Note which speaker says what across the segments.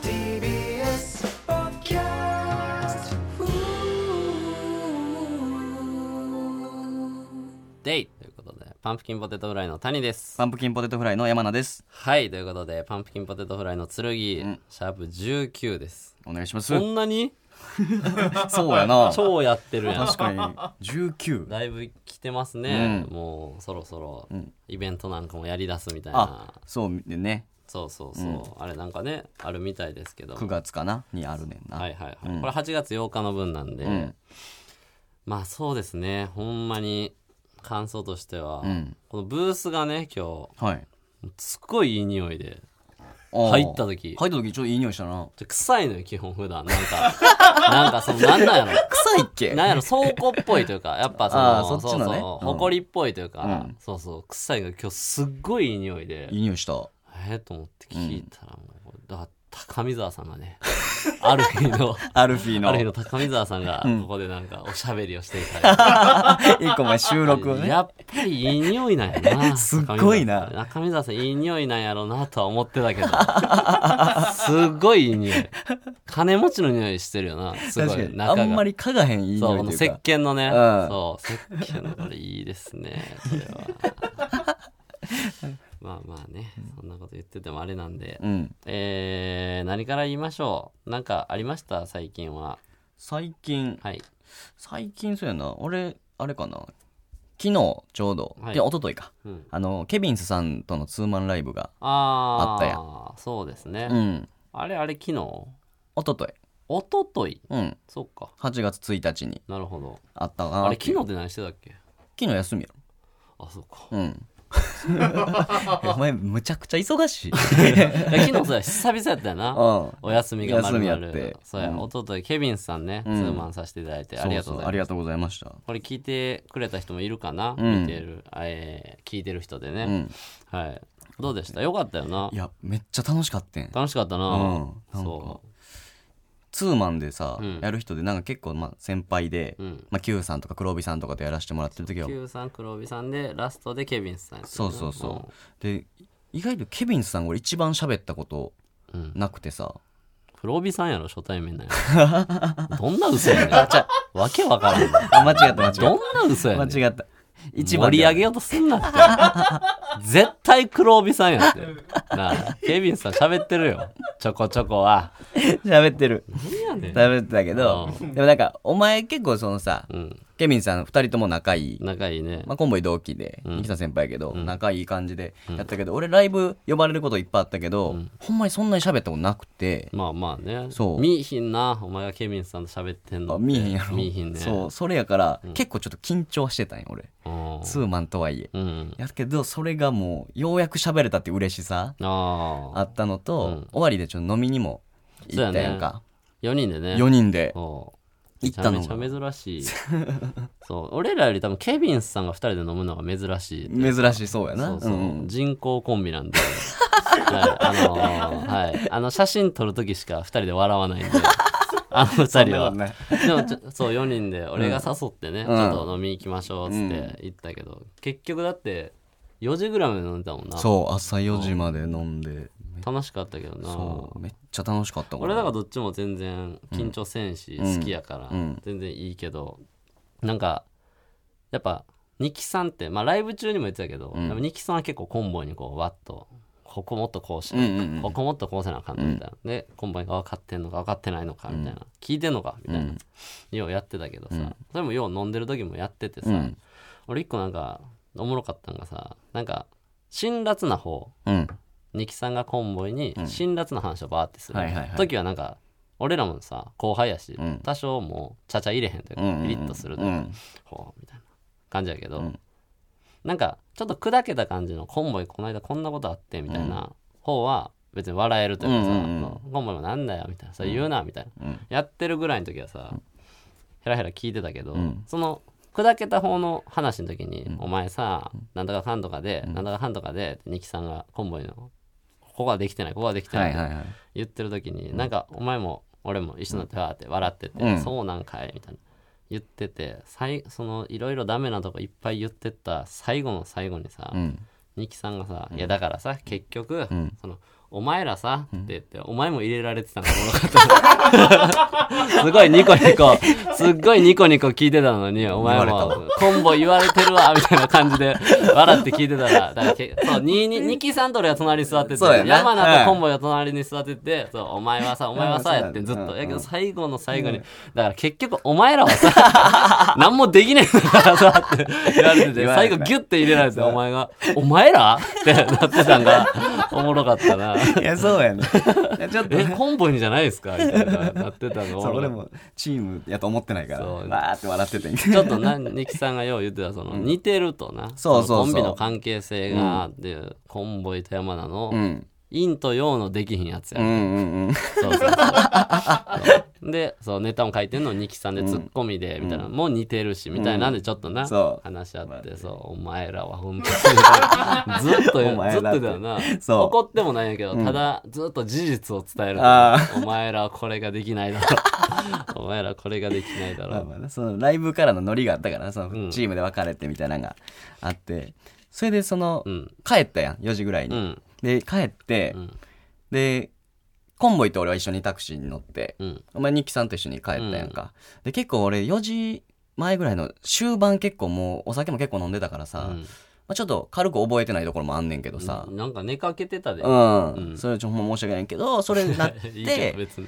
Speaker 1: TBS ポッドキャスト
Speaker 2: デイということで、パンプキンポテトフライの谷です。
Speaker 3: パンプキンポテトフライの山名です。
Speaker 2: はい、ということで、パンプキンポテトフライの剣、シャープ19です。
Speaker 3: お願いします
Speaker 2: こ。んなに
Speaker 3: そうやな。確
Speaker 2: 超やってるやん。
Speaker 3: かに。19。
Speaker 2: だいぶ来てますね。
Speaker 3: う
Speaker 2: もう、そろそろ
Speaker 3: ん、
Speaker 2: イベントなんかもやりだすみたいな
Speaker 3: あ。、そうね。
Speaker 2: そうそうそう、あれなんかね、あるみたいですけど。
Speaker 3: 9月かなにあるねんな。
Speaker 2: はいはいはい。これ8月8日の分なんで、
Speaker 3: うん。
Speaker 2: まあそうですね、ほんまに、感想としては、
Speaker 3: ん
Speaker 2: このブースがね、今
Speaker 3: はい。
Speaker 2: 日、すっごいいい匂いで、
Speaker 3: あー
Speaker 2: 入った時
Speaker 3: 入った時ちょっといい匂いしたな。
Speaker 2: ちょ臭いのよ基本普段なんか なんかそのなんなんや
Speaker 3: 臭いっけ
Speaker 2: ろなんやろ倉庫っぽいというかやっぱその
Speaker 3: あーそっちのね
Speaker 2: そうそう埃っぽいというか、
Speaker 3: うん
Speaker 2: そうそう臭いが今日すっごいいい匂いで
Speaker 3: いい匂いした。
Speaker 2: えー、と思って聞いたらもう、だから高見沢さんがねある日 の
Speaker 3: アルフィーの。
Speaker 2: ある日の高見沢さんがここでなんかおしゃべりをしていたり、
Speaker 3: 一個前収録をね。
Speaker 2: やっぱりいい匂いなんやな
Speaker 3: すっごいな
Speaker 2: 中見沢さんいい匂いなんやろうなとは思ってたけど すっごいいい匂い金持ちの匂いしてるよなすご
Speaker 3: 確か
Speaker 2: い
Speaker 3: に。
Speaker 2: 中
Speaker 3: あ
Speaker 2: が
Speaker 3: んまり嗅がへんいい
Speaker 2: そう
Speaker 3: 匂
Speaker 2: こ
Speaker 3: い
Speaker 2: の
Speaker 3: と
Speaker 2: 石
Speaker 3: いうか。
Speaker 2: 鹸のね、
Speaker 3: うん
Speaker 2: そう石鹸のこれいいですねこれは まあまあねそんなこと言っててもあれなんで、
Speaker 3: うん。
Speaker 2: えー、何から言いましょうなんかありました最近は
Speaker 3: 最近、
Speaker 2: はい
Speaker 3: 最近そうやな。俺、あれかな。昨日ちょうど、
Speaker 2: はい
Speaker 3: で、一昨日か。
Speaker 2: うん
Speaker 3: あの、ケビンスさんとのツーマンライブが。
Speaker 2: あ
Speaker 3: あったや
Speaker 2: あそうですね、
Speaker 3: うん。
Speaker 2: あれあれ昨日
Speaker 3: 一昨日。
Speaker 2: おととい
Speaker 3: うん。
Speaker 2: そっか
Speaker 3: 8月1日に
Speaker 2: なるほど
Speaker 3: あったかな
Speaker 2: あ
Speaker 3: って
Speaker 2: れ
Speaker 3: いう
Speaker 2: 昨日って何してたっけ
Speaker 3: 昨日休みやろ
Speaker 2: あそうか
Speaker 3: うん。お前、むちゃくちゃ忙しい。
Speaker 2: いや昨 日そうや久々やったよな
Speaker 3: あ
Speaker 2: お休みがまるま
Speaker 3: 休みや
Speaker 2: る
Speaker 3: って
Speaker 2: そうや、
Speaker 3: うん
Speaker 2: おとといケビンさんね、
Speaker 3: うん
Speaker 2: ツーマンさせていただいてありがとうございます
Speaker 3: ありがとうございました。
Speaker 2: これ聞いてくれた人もいるかな、
Speaker 3: うん
Speaker 2: 見てる、えー聞いてる人で
Speaker 3: う
Speaker 2: ね、
Speaker 3: ん。
Speaker 2: はいどうでしたよかったよない
Speaker 3: や、めっちゃ楽しかったん。
Speaker 2: 楽しかったな,、
Speaker 3: うんなんか
Speaker 2: そ
Speaker 3: ツーマンでさ
Speaker 2: うん、
Speaker 3: やる人で、なんか結構、まあ、先輩で
Speaker 2: う、うん
Speaker 3: まあ、Q さんとか黒帯さんとかとやらせてもらってる時は、
Speaker 2: Q さん黒帯さんでラストでケビンさんやった
Speaker 3: そ
Speaker 2: よ
Speaker 3: う
Speaker 2: な
Speaker 3: そうそう。で、意外とケビンさん、俺一番喋ったこと
Speaker 2: うん、うん
Speaker 3: なくてさ、
Speaker 2: 黒帯さんやろ初対面なんや どんな嘘やねんわけわからんない
Speaker 3: あ、間違った、間違っ
Speaker 2: どんな嘘や
Speaker 3: た。
Speaker 2: ねん
Speaker 3: 間違った。一番
Speaker 2: 盛り上げようとすんなって 絶対黒帯さんやってなあケビンさん喋ってるよちょこちょこは
Speaker 3: 喋ってる。
Speaker 2: 何やねん
Speaker 3: 喋ってたけど、でもなんか、お前結構そのさ、
Speaker 2: うん
Speaker 3: ケビンさん二人とも仲いい
Speaker 2: 仲いいね
Speaker 3: まあ、コンボイ同期で、
Speaker 2: ん
Speaker 3: 生田先輩やけど、仲いい感じでやったけど、俺ライブ呼ばれることいっぱいあったけど、ほんまにそんなに喋ったことなくて、
Speaker 2: まあまあね
Speaker 3: そう
Speaker 2: 見いひんなお前がケビンさんと喋ってんの
Speaker 3: あ見えへんやろ
Speaker 2: 見いひんね
Speaker 3: そうそれやから、結構ちょっと緊張してたんよ俺、
Speaker 2: うん
Speaker 3: ツーマンとはいえ、
Speaker 2: うん
Speaker 3: やけどそれがもうようやく喋れたって嬉しさ
Speaker 2: あ
Speaker 3: あ
Speaker 2: あ
Speaker 3: ったのと、
Speaker 2: うん
Speaker 3: 終わりでちょっと飲みにも行ったやんか、
Speaker 2: 4人でね
Speaker 3: 4人で
Speaker 2: そうめ
Speaker 3: 行っ
Speaker 2: ちゃ
Speaker 3: た
Speaker 2: め
Speaker 3: の
Speaker 2: ちゃ
Speaker 3: が
Speaker 2: 珍し いそう俺らより多分ケビンさんが2人で飲むのが珍しい
Speaker 3: 珍しそうやな
Speaker 2: そうそう、
Speaker 3: うんうん
Speaker 2: 人工コンビなんで、 はい、あのーはい、あの写真撮る時しか2人で笑わ ないんであの2人は
Speaker 3: そんなこ
Speaker 2: でもちょそう4人で俺が誘ってね、
Speaker 3: うん
Speaker 2: ちょっと飲み行きましょうっつって行ったけど、結局だって4時ぐらいまで飲んでたもんな
Speaker 3: そう朝4時まで飲んで
Speaker 2: 楽しかったけどな
Speaker 3: そうめっちゃ楽しかった
Speaker 2: 俺なんかどっちも全然緊張せんし、
Speaker 3: うん
Speaker 2: 好きやから、
Speaker 3: うん
Speaker 2: 全然いいけどなんかやっぱ二木さんってまあライブ中にも言ってたけど、
Speaker 3: ん
Speaker 2: やっぱ二木さんは結構コンボイにこうワッとここもっとこうし
Speaker 3: う
Speaker 2: な、
Speaker 3: んうんうん
Speaker 2: ここもっとこうせなあかんなみたいな、でコンボイが分かってんのか分かってないのかみたいな、聞いてんのかみたいな、ようやってたけどさ、それもよう飲んでる時もやっててさ、
Speaker 3: うん
Speaker 2: 俺一個なんかおもろかったのがさなんか辛辣な方
Speaker 3: うん
Speaker 2: 二木さんがコンボイに辛辣な話をバーってする、
Speaker 3: はいはいはい
Speaker 2: 時はなんか俺らもさ後輩やし、
Speaker 3: うん
Speaker 2: 多少もうちゃちゃ入れへんという
Speaker 3: うんうんうん
Speaker 2: かピリッとするという
Speaker 3: う
Speaker 2: か
Speaker 3: ん
Speaker 2: ほうみたいな感じやけど、
Speaker 3: うん
Speaker 2: なんかちょっと砕けた感じのコンボイこの間こんなことあってみたいな方は別に笑えるというかさ、
Speaker 3: うんうんう
Speaker 2: そ
Speaker 3: ん
Speaker 2: のコンボイもなんだよみたいなそれ言うなみたいな、
Speaker 3: うん
Speaker 2: やってるぐらいの時はさヘラヘラ聞いてたけど、
Speaker 3: ん
Speaker 2: その砕けた方の話の時に、お前さ、なんとかかんとかで、なんとかかんとかで、ニキさんがコンボイの、ここはできてない、ここはできて
Speaker 3: は
Speaker 2: ないい、
Speaker 3: はいはい
Speaker 2: 言ってる時に、なんかお前も俺も一緒になってわーって笑ってて、
Speaker 3: うん
Speaker 2: そうなんかいみたいな言ってて最そのいろいろダメなとこいっぱい言ってった最後の最後にさ、
Speaker 3: うん
Speaker 2: 二木さんがさ、いやだからさ結局、
Speaker 3: ん
Speaker 2: そのお前らさ、って言ってお前も入れられてたのがおもろか った。すごいニコニコ すっごいニコニコ聞いてたのにお前
Speaker 3: 言わ
Speaker 2: もコンボ言われてるわみたいな感じで笑って聞いてたらだからけそうにに二木さんと俺は隣に座ってて
Speaker 3: そうやな
Speaker 2: 山名
Speaker 3: うん
Speaker 2: とコンボが隣に座ってて、そうお前はさお前はさやってずっと、
Speaker 3: うん
Speaker 2: やけど最後の最後に、だから結局お前らはさ何もできねえんだからさって言われてて、
Speaker 3: 言わ
Speaker 2: 最
Speaker 3: れて
Speaker 2: 後ギュッて入れられて、お前が、お前らってなってたんが、おもろかったな。
Speaker 3: いやそう やねいやちょっと
Speaker 2: え、コンボインじゃないですかみたいな、なってたのがお
Speaker 3: そ
Speaker 2: も
Speaker 3: れ
Speaker 2: ろかっ
Speaker 3: もチームやと思ってないから
Speaker 2: そう
Speaker 3: わーって笑っててん
Speaker 2: た。ちょっとな、ニキさんがよう言ってた、その、似てるとな。
Speaker 3: そうそ
Speaker 2: のコ
Speaker 3: うそう
Speaker 2: ンビの関係性が、っていう、コンボイと山名
Speaker 3: う
Speaker 2: の、
Speaker 3: ん
Speaker 2: インと陽のできひんやつや
Speaker 3: うん。うんうん
Speaker 2: そう そうそうそうでそうネタも書いてんの二木さんでツッコミでみたいな、もう似てるしみたいなんでちょっとな、
Speaker 3: そう
Speaker 2: 話し合って、
Speaker 3: まあ
Speaker 2: そうお前らは本当にずっと言
Speaker 3: お
Speaker 2: う
Speaker 3: 前
Speaker 2: ずっ
Speaker 3: ら
Speaker 2: と
Speaker 3: って
Speaker 2: だよな
Speaker 3: そう
Speaker 2: 怒ってもないんやけど、ただずっと事実を伝える
Speaker 3: あ
Speaker 2: お前らはこれができないだろ お前らはこれができないだ
Speaker 3: まあ
Speaker 2: ろ
Speaker 3: まあなそのライブからのノリがあったからなそ
Speaker 2: うん
Speaker 3: のチームで別れてみたいなのがあってそれでその
Speaker 2: うん
Speaker 3: 帰ったやん4時ぐらいうに
Speaker 2: ん
Speaker 3: で帰って
Speaker 2: うん
Speaker 3: でコンボイと俺は一緒にタクシーに乗って
Speaker 2: うん
Speaker 3: お前ニッキさんと一緒に帰ったやんかで結構俺4時前ぐらいの終盤結構もうお酒も結構飲んでたからさ
Speaker 2: うん
Speaker 3: まあちょっと軽く覚えてないところもあんねんけどさ
Speaker 2: なんか寝かけてたで、
Speaker 3: うん、
Speaker 2: うん
Speaker 3: それはちょっとほんま申し訳ないけどそれになっ
Speaker 2: いいけど
Speaker 3: て
Speaker 2: 別に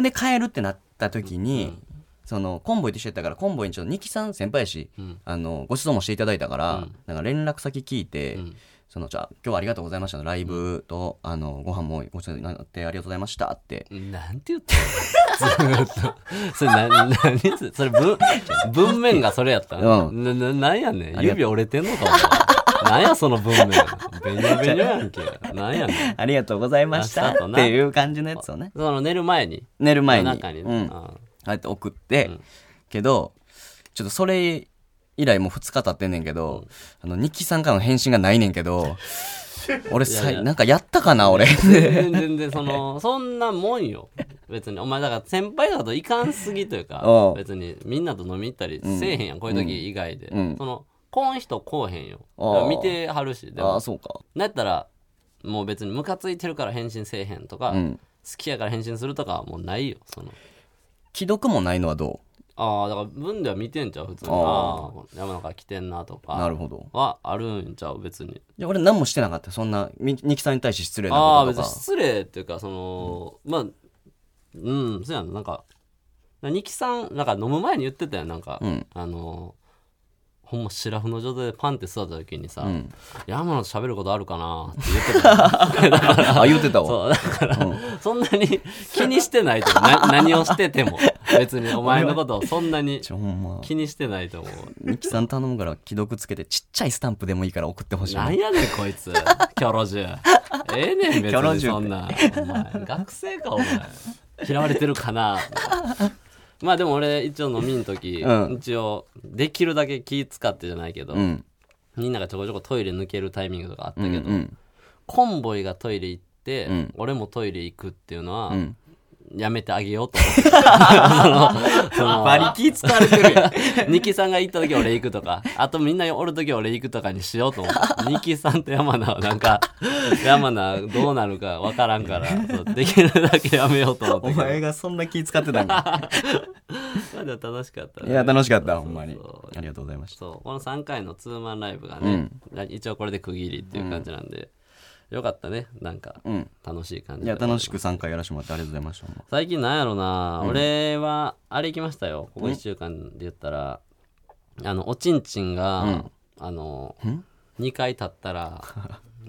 Speaker 3: で帰るってなった時に、
Speaker 2: うん
Speaker 3: そのコンボイとしてたからコンボイにちょっと二木さん先輩やし
Speaker 2: うん
Speaker 3: あのご馳走もしていただいたから、
Speaker 2: うん
Speaker 3: なんか連絡先聞いて、
Speaker 2: うん
Speaker 3: そのじゃあ今日はありがとうございましたのライブと、あのご飯もごちそうになってありがとうございましたって
Speaker 2: なんて言ったの ずーっと。それ、な、な、何それそれ、文、文面がそれやったの、
Speaker 3: う
Speaker 2: な、な、なんやねん。
Speaker 3: ありがとう
Speaker 2: 指折れてんのか、お前。なんや、その文 面。べにょべにょやんけ。なんやねん。
Speaker 3: ありがとうございまし
Speaker 2: あ
Speaker 3: た
Speaker 2: そうだ
Speaker 3: っ
Speaker 2: な
Speaker 3: ていう感じのやつをね
Speaker 2: その寝る前に。
Speaker 3: 寝る前に
Speaker 2: 夜中に
Speaker 3: う
Speaker 2: ね
Speaker 3: ん、あ
Speaker 2: あ
Speaker 3: あやって送って、
Speaker 2: うん
Speaker 3: けどちょっとそれ以来もう2日経ってんねんけど、あの二木さんからの返信がないねんけ ど俺さ
Speaker 2: いやいや
Speaker 3: なんかやったかな俺
Speaker 2: 全然、全然、そ の、そんなもんよ。別に、お前、だから先輩だといかんすぎというか
Speaker 3: お、う
Speaker 2: 別に、みんなと飲み行ったりせえへんやん、こういう時以外で。
Speaker 3: うん
Speaker 2: その、こん人こうへんよ。だ
Speaker 3: ああ
Speaker 2: から見てはるし、で
Speaker 3: あ
Speaker 2: も
Speaker 3: あ、そうか
Speaker 2: なんやったらもう別にムカついてるから返信せえへんとか、
Speaker 3: うん
Speaker 2: 好きやから返信するとかはもうないよその
Speaker 3: 既読もないのはど
Speaker 2: ああだから文では見てんちゃう普通に
Speaker 3: あ
Speaker 2: ああ山中来てんなと
Speaker 3: うな
Speaker 2: か
Speaker 3: るほど
Speaker 2: はあるんちゃう別に
Speaker 3: いや俺何もしてなかったそんなみ二木さんに対して失礼な
Speaker 2: ああ
Speaker 3: こ
Speaker 2: 別
Speaker 3: とと
Speaker 2: に
Speaker 3: か
Speaker 2: 失礼っていうかその、まあうんそうやななんか二木さんなんか飲む前に言ってたよなんか、
Speaker 3: うん
Speaker 2: あのほんまシラフの状態でパンって座った時にさ「
Speaker 3: ん
Speaker 2: 山野と喋ることあるかな?」って言ってたよ
Speaker 3: あ言ってたわ
Speaker 2: そう だから、そんなに気にしてないと思うな何をしてても別にお前のことをそんなに
Speaker 3: ちょほんま
Speaker 2: 気にしてないと思う
Speaker 3: ミキさん頼むから既読つけてちっちゃいスタンプでもいいから送ってほしい
Speaker 2: なんやねんこい つキョロジュええねん別
Speaker 3: キョロ
Speaker 2: に
Speaker 3: ジュ
Speaker 2: そんなお前学生かお前嫌われてるかなまあでも俺一応飲みん時、
Speaker 3: うん
Speaker 2: 一応できるだけ気使ってじゃないけど、
Speaker 3: うん
Speaker 2: みんながちょこちょこトイレ抜けるタイミングとかあった
Speaker 3: う
Speaker 2: け
Speaker 3: ん
Speaker 2: ど、
Speaker 3: うん
Speaker 2: コンボイがトイレ行って、
Speaker 3: うん
Speaker 2: 俺もトイレ行くっていうのは、
Speaker 3: うん
Speaker 2: やめてあげようと思 ってそのその
Speaker 3: 気使われてるや ん
Speaker 2: ニキさんが行った時俺行くとかあとみんなおる時俺行くとかにしようと思ってニキさんと山名はなんか山名どうなるか分からんからそうできるだけやめようと思って
Speaker 3: お前がそんな気使ってたんか
Speaker 2: まだ楽しかったね
Speaker 3: いや楽しかったほんまに
Speaker 2: そうそう
Speaker 3: ありがとうございました
Speaker 2: そうこの3回のツーマンライブがね、一応これで区切りっていう感じなんで、よかったねなんか
Speaker 3: うん
Speaker 2: 楽しい感じ
Speaker 3: い
Speaker 2: で
Speaker 3: や楽しく参加やらせてもらってありがとうございましたほんま
Speaker 2: 最近なんやろな、俺はあれ行きましたよここ1週間で言ったらあのおちんちんが、あの2回経った ら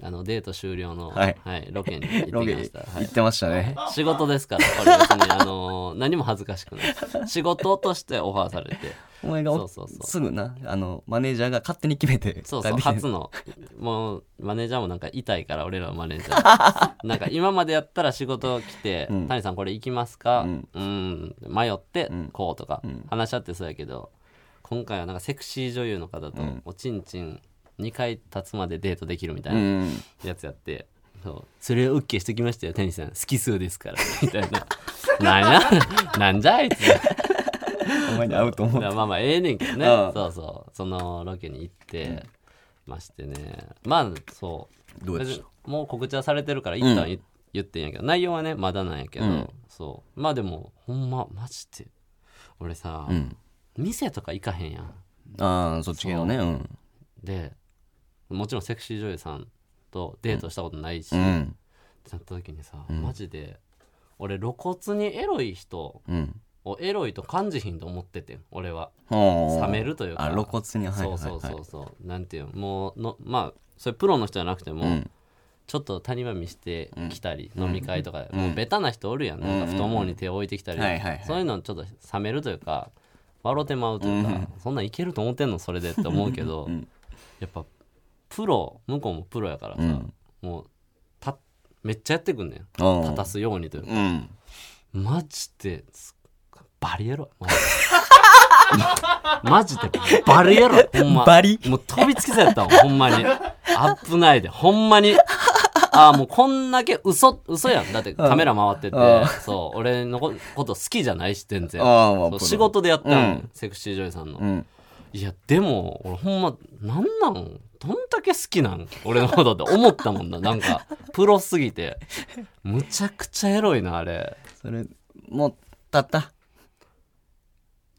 Speaker 2: あのデート終了の、
Speaker 3: はい
Speaker 2: ロケに行
Speaker 3: ロ
Speaker 2: ってき
Speaker 3: ケ
Speaker 2: ました、は
Speaker 3: 行
Speaker 2: い
Speaker 3: ってましたね
Speaker 2: 仕事ですからこれ別にあの何も恥ずかしくない仕事としてオファーされて
Speaker 3: お前がお
Speaker 2: そうそうそう
Speaker 3: すぐなあのマネージャーが勝手に決めて
Speaker 2: そうそう
Speaker 3: 帰ってきて
Speaker 2: 初のもうマネージャーもなんか痛いから俺らのマネージャ ーなんか今までやったら仕事来て「
Speaker 3: うん
Speaker 2: 谷さんこれ行きますかう
Speaker 3: うん
Speaker 2: ーん」迷って
Speaker 3: ん
Speaker 2: こうとか
Speaker 3: ん
Speaker 2: 話し合ってそうやけど今回はなんかセクシー女優の方と
Speaker 3: ん
Speaker 2: おちんちん2回経つまでデートできるみたいうなんやつやって、そうそれを OK してきましたよ谷さん好きそうですからみたい ななんやなんじゃあいつ
Speaker 3: お前に会うと思
Speaker 2: いう やまあまあええねんけどね
Speaker 3: うん
Speaker 2: そうそうそのロケに行って、ましてねまあそう
Speaker 3: どうで
Speaker 2: 別
Speaker 3: し
Speaker 2: にもう告知はされてるから一旦い、言ってんやけど内容はねまだなんやけど、
Speaker 3: うん
Speaker 2: そうまあでもほんまマジで俺さ、
Speaker 3: たうん。
Speaker 2: 店とか行かへんやん
Speaker 3: ああ、そっち系のね。うん。
Speaker 2: でもちろんセクシー女優さんとデートしたことないし、
Speaker 3: う
Speaker 2: って
Speaker 3: ん。
Speaker 2: なった時にさ、マジで俺露骨にエロい人
Speaker 3: うん。
Speaker 2: をエロいと感じひんと思っててん俺は
Speaker 3: ほう
Speaker 2: 冷めるというか
Speaker 3: あ、露骨に、はい。
Speaker 2: そうそうそうそう、なんていうのもうのまあそれプロの人じゃなくても、
Speaker 3: ん
Speaker 2: ちょっと谷間見してきたり、飲み会とかで、もうベタな人おるやん,、なんか太ももに手を置いてきたり、
Speaker 3: はいはいはい
Speaker 2: そういうのちょっと冷めるというか笑うてまうというか、そんなんいけると思ってんのそれでって思うけど、やっぱプロ向こうもプロやからさ、
Speaker 3: ん
Speaker 2: もうためっちゃやってくんねん
Speaker 3: うん。
Speaker 2: 立たすようにというか、
Speaker 3: うん。
Speaker 2: マジですバリエロいマジで マジでバリエロいほんま
Speaker 3: バリ
Speaker 2: もう飛びつきそうやったもん、ほんまに。危ないで、ほんまに。ああ、もうこんだけ嘘、嘘やん。だってカメラ回ってて、そう、俺のここと好きじゃないし、全然。
Speaker 3: ああ、まあ
Speaker 2: そう
Speaker 3: プロ
Speaker 2: 仕事でやったのよ、
Speaker 3: うん
Speaker 2: セクシー女優さんの。
Speaker 3: うん。
Speaker 2: いや、でも、俺ほんま、なんなんどんだけ好きなん俺のことって思ったもんな。なんか、プロすぎて。むちゃくちゃエロいな、あれ。
Speaker 3: それ、もう、たった。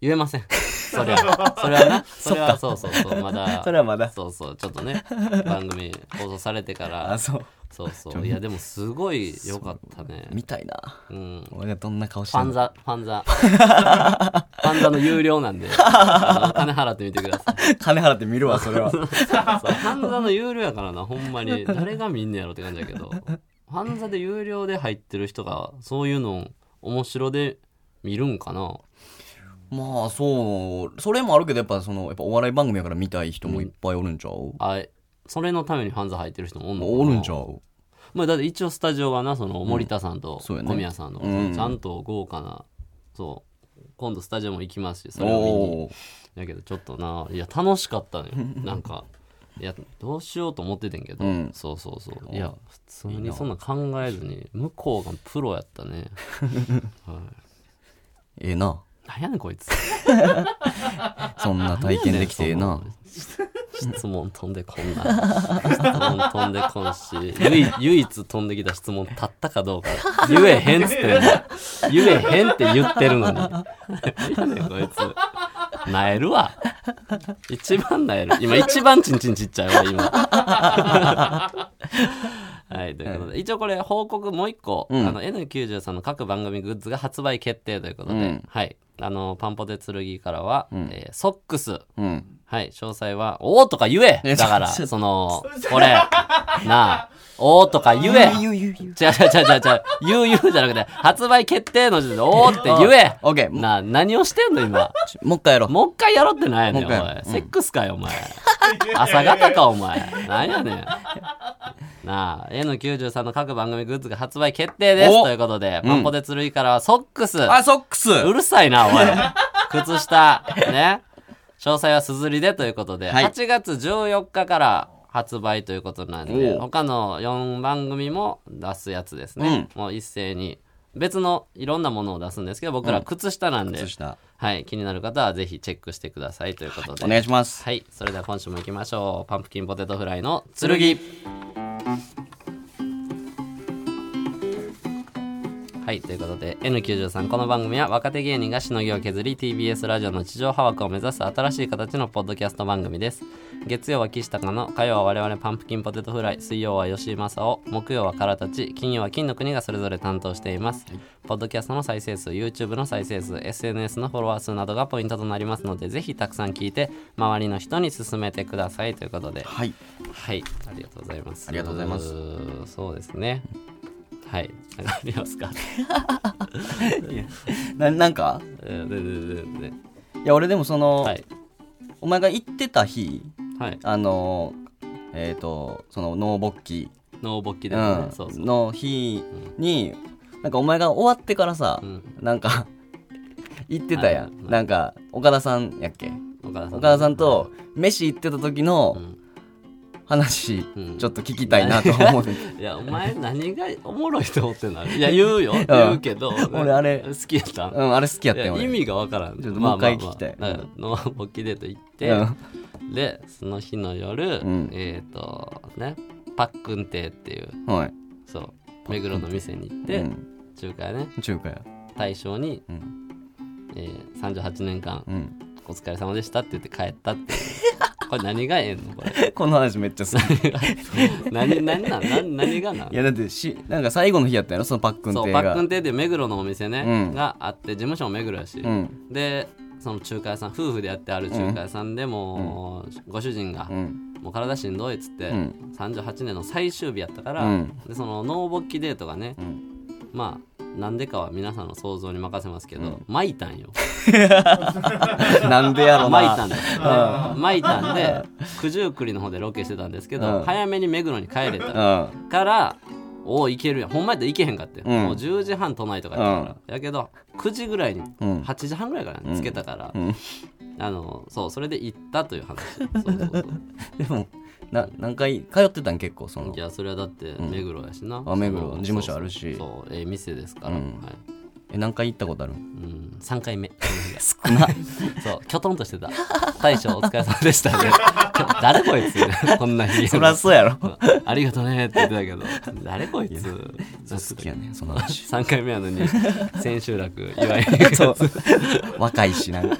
Speaker 2: 言えません。それは、それはな、それはそうそうそう、まだ、
Speaker 3: それはまだ。
Speaker 2: そうそう、ちょっとね、番組放送されてから
Speaker 3: あ、、そう。
Speaker 2: そうそう。いや、でもすごい良かったね。
Speaker 3: みたいな。
Speaker 2: うん。フ
Speaker 3: 俺がどんな顔して
Speaker 2: ァ
Speaker 3: ん
Speaker 2: ン
Speaker 3: の
Speaker 2: ザ、ファン ザ。ファンザの有料なんで、あの金払ってみてください。
Speaker 3: 金払って見るわ、それ は。
Speaker 2: そうファンザの有料やからな、ほんま に。誰が見んねやろって感じやけど。ファンザで有料で入ってる人が、そういうの、面白で見るんかな。
Speaker 3: まあ、そう。それもあるけど、やっぱ、その、やっぱお笑い番組やから見たい人もいっぱいおるんちゃう
Speaker 2: あそれのためにファンザ入ってる人もおんのかな
Speaker 3: おるんちゃう
Speaker 2: まあ、だって一応スタジオがなその森田さんと
Speaker 3: そうやね
Speaker 2: 小宮さんの、
Speaker 3: うん
Speaker 2: ちゃんと豪華なそう今度スタジオも行きますしそれを見に
Speaker 3: おー
Speaker 2: だけどちょっとないや楽しかったのよなんかいやどうしようと思っててんけど、
Speaker 3: うん
Speaker 2: そうそうそういや普通にそんな考えずに向こうがプロやったね
Speaker 3: ええな。
Speaker 2: なんやねんこいつ
Speaker 3: そんな体験できてええな。
Speaker 2: 質問飛んでこんな質問飛んでこんし唯 唯一飛んできた質問たったかどうか言えへんっつってんの言えへんって言ってるのに何やねんこいつなえるわ一番なえる今一番チンチンちっちゃいわ今はいということで一応これ報告もう一個、
Speaker 3: ん
Speaker 2: あの N93 の各番組グッズが発売決定ということで、
Speaker 3: うん
Speaker 2: はいあのパンポテ剣からは、えーソックス
Speaker 3: うん。
Speaker 2: はい、詳細は、おおとか言え
Speaker 3: え
Speaker 2: だから、
Speaker 3: ちょちょ
Speaker 2: そ の、これ、なあ、おおとか言え違う違う違う違う、言う言うじゃなくて、発売決定の時点で、おおって言 え
Speaker 3: オッケー。も
Speaker 2: なあ、何をしてんの今。
Speaker 3: もう一回やろう。
Speaker 2: もう一回やろうってなんやねん、お
Speaker 3: もう一回やろ
Speaker 2: 前。
Speaker 3: う
Speaker 2: セックスかよ、お前。朝方か、お前。なんやねん。なあ、N93 の各番組グッズが発売決定です。
Speaker 3: お
Speaker 2: ということで、パンポテツ類からは、ソックス。
Speaker 3: あ、ソック ス
Speaker 2: うるさいな、おい。靴下。ね。詳細はすずりでということで、
Speaker 3: はい
Speaker 2: 8月14日から発売ということなんで、
Speaker 3: おう
Speaker 2: 他の4番組も出すやつですね。もう一斉に。別のいろんなものを出すんですけど、僕ら靴下なんで、
Speaker 3: 靴下。
Speaker 2: はい、気になる方はぜひチェックしてくださいということで。
Speaker 3: お願いします。
Speaker 2: はい、それでは今週も行きましょう。パンプキンポテトフライの剣。はい、ということで N93 この番組は若手芸人がしのぎを削り TBS ラジオの地上波枠を目指す新しい形のポッドキャスト番組です。月曜は岸高の、火曜は我々パンプキンポテトフライ、水曜は吉井正夫、木曜はからたち、金曜は金の国がそれぞれ担当しています。ポッドキャストの再生数、YouTube の再生数、SNS のフォロワー数などがポイントとなりますので、ぜひたくさん聞いて、周りの人に勧めてくださいということで、
Speaker 3: はい。
Speaker 2: はい、ありがとうございます。
Speaker 3: ありがとうございます
Speaker 2: うー。そうですね。はい、なんかありますか。
Speaker 3: な、なんか
Speaker 2: えーでででで
Speaker 3: いや、俺でもその、
Speaker 2: はい、
Speaker 3: お前が行ってた日、
Speaker 2: はい、
Speaker 3: あの、えっ、と、その、ノーボッキ
Speaker 2: ノーボッキ
Speaker 3: ー、
Speaker 2: ですね。そう
Speaker 3: う
Speaker 2: そ
Speaker 3: ん、
Speaker 2: う。
Speaker 3: の日に、なんかお前が終わってからさ、
Speaker 2: うん
Speaker 3: なんか、 行ってたや
Speaker 2: はいはい
Speaker 3: ん。
Speaker 2: はい
Speaker 3: なんか、岡田さんやっけ
Speaker 2: 岡田さん。
Speaker 3: 岡田さんと、飯行ってた時の、
Speaker 2: うん
Speaker 3: 話
Speaker 2: うん
Speaker 3: ちょっと聞きたいなと思うねん
Speaker 2: いやお前何がおもろいと思ってんの いや言うよ言うけど
Speaker 3: 俺あれ
Speaker 2: 好きやったん
Speaker 3: うんあれ好きやったよ
Speaker 2: いや
Speaker 3: 俺
Speaker 2: 意味がわからん
Speaker 3: ちょっと
Speaker 2: まあ
Speaker 3: もう一回聞きたい
Speaker 2: まあまあだからのボッキデート行って、
Speaker 3: うん
Speaker 2: でその日の夜、
Speaker 3: ん
Speaker 2: えっ、とねパックン亭っていう
Speaker 3: はい
Speaker 2: そう目黒の店に行って、
Speaker 3: うん
Speaker 2: 中華屋ね
Speaker 3: 中華や
Speaker 2: 大将に、
Speaker 3: うん
Speaker 2: えー、38年間
Speaker 3: うん
Speaker 2: お疲れ様でしたって言って帰ったっていうこれ何がええのこれ
Speaker 3: この話めっちゃ好 き
Speaker 2: 何何なん何何がなん
Speaker 3: いやだってしなんか最後の日やったやろそのパックン
Speaker 2: そう
Speaker 3: 亭
Speaker 2: パックン
Speaker 3: が
Speaker 2: 亭っていう目黒のお店ね、
Speaker 3: うん
Speaker 2: があって事務所も目黒やし、
Speaker 3: うん
Speaker 2: でその中華屋さん夫婦でやってある中華屋さんでも、ご主人が、
Speaker 3: うん
Speaker 2: もう体しんどいっつって、
Speaker 3: うん
Speaker 2: 38年の最終日やったから、
Speaker 3: うん
Speaker 2: でそのノーボッキデートがね、
Speaker 3: うん
Speaker 2: まあなんでかは皆さんの想像に任せますけど、巻いたんよ
Speaker 3: なんでやろ
Speaker 2: 巻いた
Speaker 3: なん
Speaker 2: です巻いたんで九十九里の方でロケしてたんですけど、
Speaker 3: うん
Speaker 2: 早めに目黒に帰れた
Speaker 3: うん
Speaker 2: からおお行けるやんほんまやったら行けへんかって、
Speaker 3: うん
Speaker 2: もう10時半都内とかやったから、やけど9時ぐらいに、
Speaker 3: うん
Speaker 2: 8時半ぐらいから
Speaker 3: うん
Speaker 2: つけたから、
Speaker 3: うん
Speaker 2: あのそうそれで行ったという 話そうそう
Speaker 3: でもな何回通ってたん結構そ
Speaker 2: そう
Speaker 3: の
Speaker 2: いやそれはだって目黒やしな、
Speaker 3: あ目黒
Speaker 2: その
Speaker 3: 事務所あるし
Speaker 2: そうそうええ店ですから、
Speaker 3: うん
Speaker 2: はい
Speaker 3: え何回行ったことある
Speaker 2: うん、3回目
Speaker 3: 少ない
Speaker 2: そうきょとんとしてた大将お疲れ様で したね誰こいつこんな日
Speaker 3: そりゃそうやろ
Speaker 2: ありがとねって言ってたけど誰こいつ
Speaker 3: 好きやねその話
Speaker 2: 3回目やのに 千秋楽祝いに行く
Speaker 3: そ
Speaker 2: や
Speaker 3: う
Speaker 2: つ
Speaker 3: 若いしなんか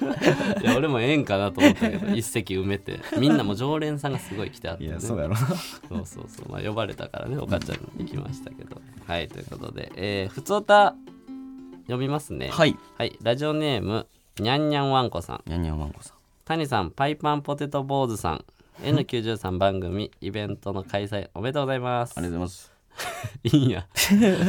Speaker 2: いや俺もええんかなと思ったけど一席埋めてみんなもう常連さんがすごい来てあって、
Speaker 3: い
Speaker 2: ね、
Speaker 3: やそうやろ
Speaker 2: そうそうそう、まあ、呼ばれたからねお母ちゃんに行きましたけどはいということでえー、ふつおた読みますね
Speaker 3: はい
Speaker 2: はい、ラジオネームにゃんにゃんわんこさん
Speaker 3: にゃんにゃんわんこさん
Speaker 2: 谷さんパイパンポテト坊主さん N93 番組イベントの開催おめでとうございます
Speaker 3: ありがとうございます
Speaker 2: いいんや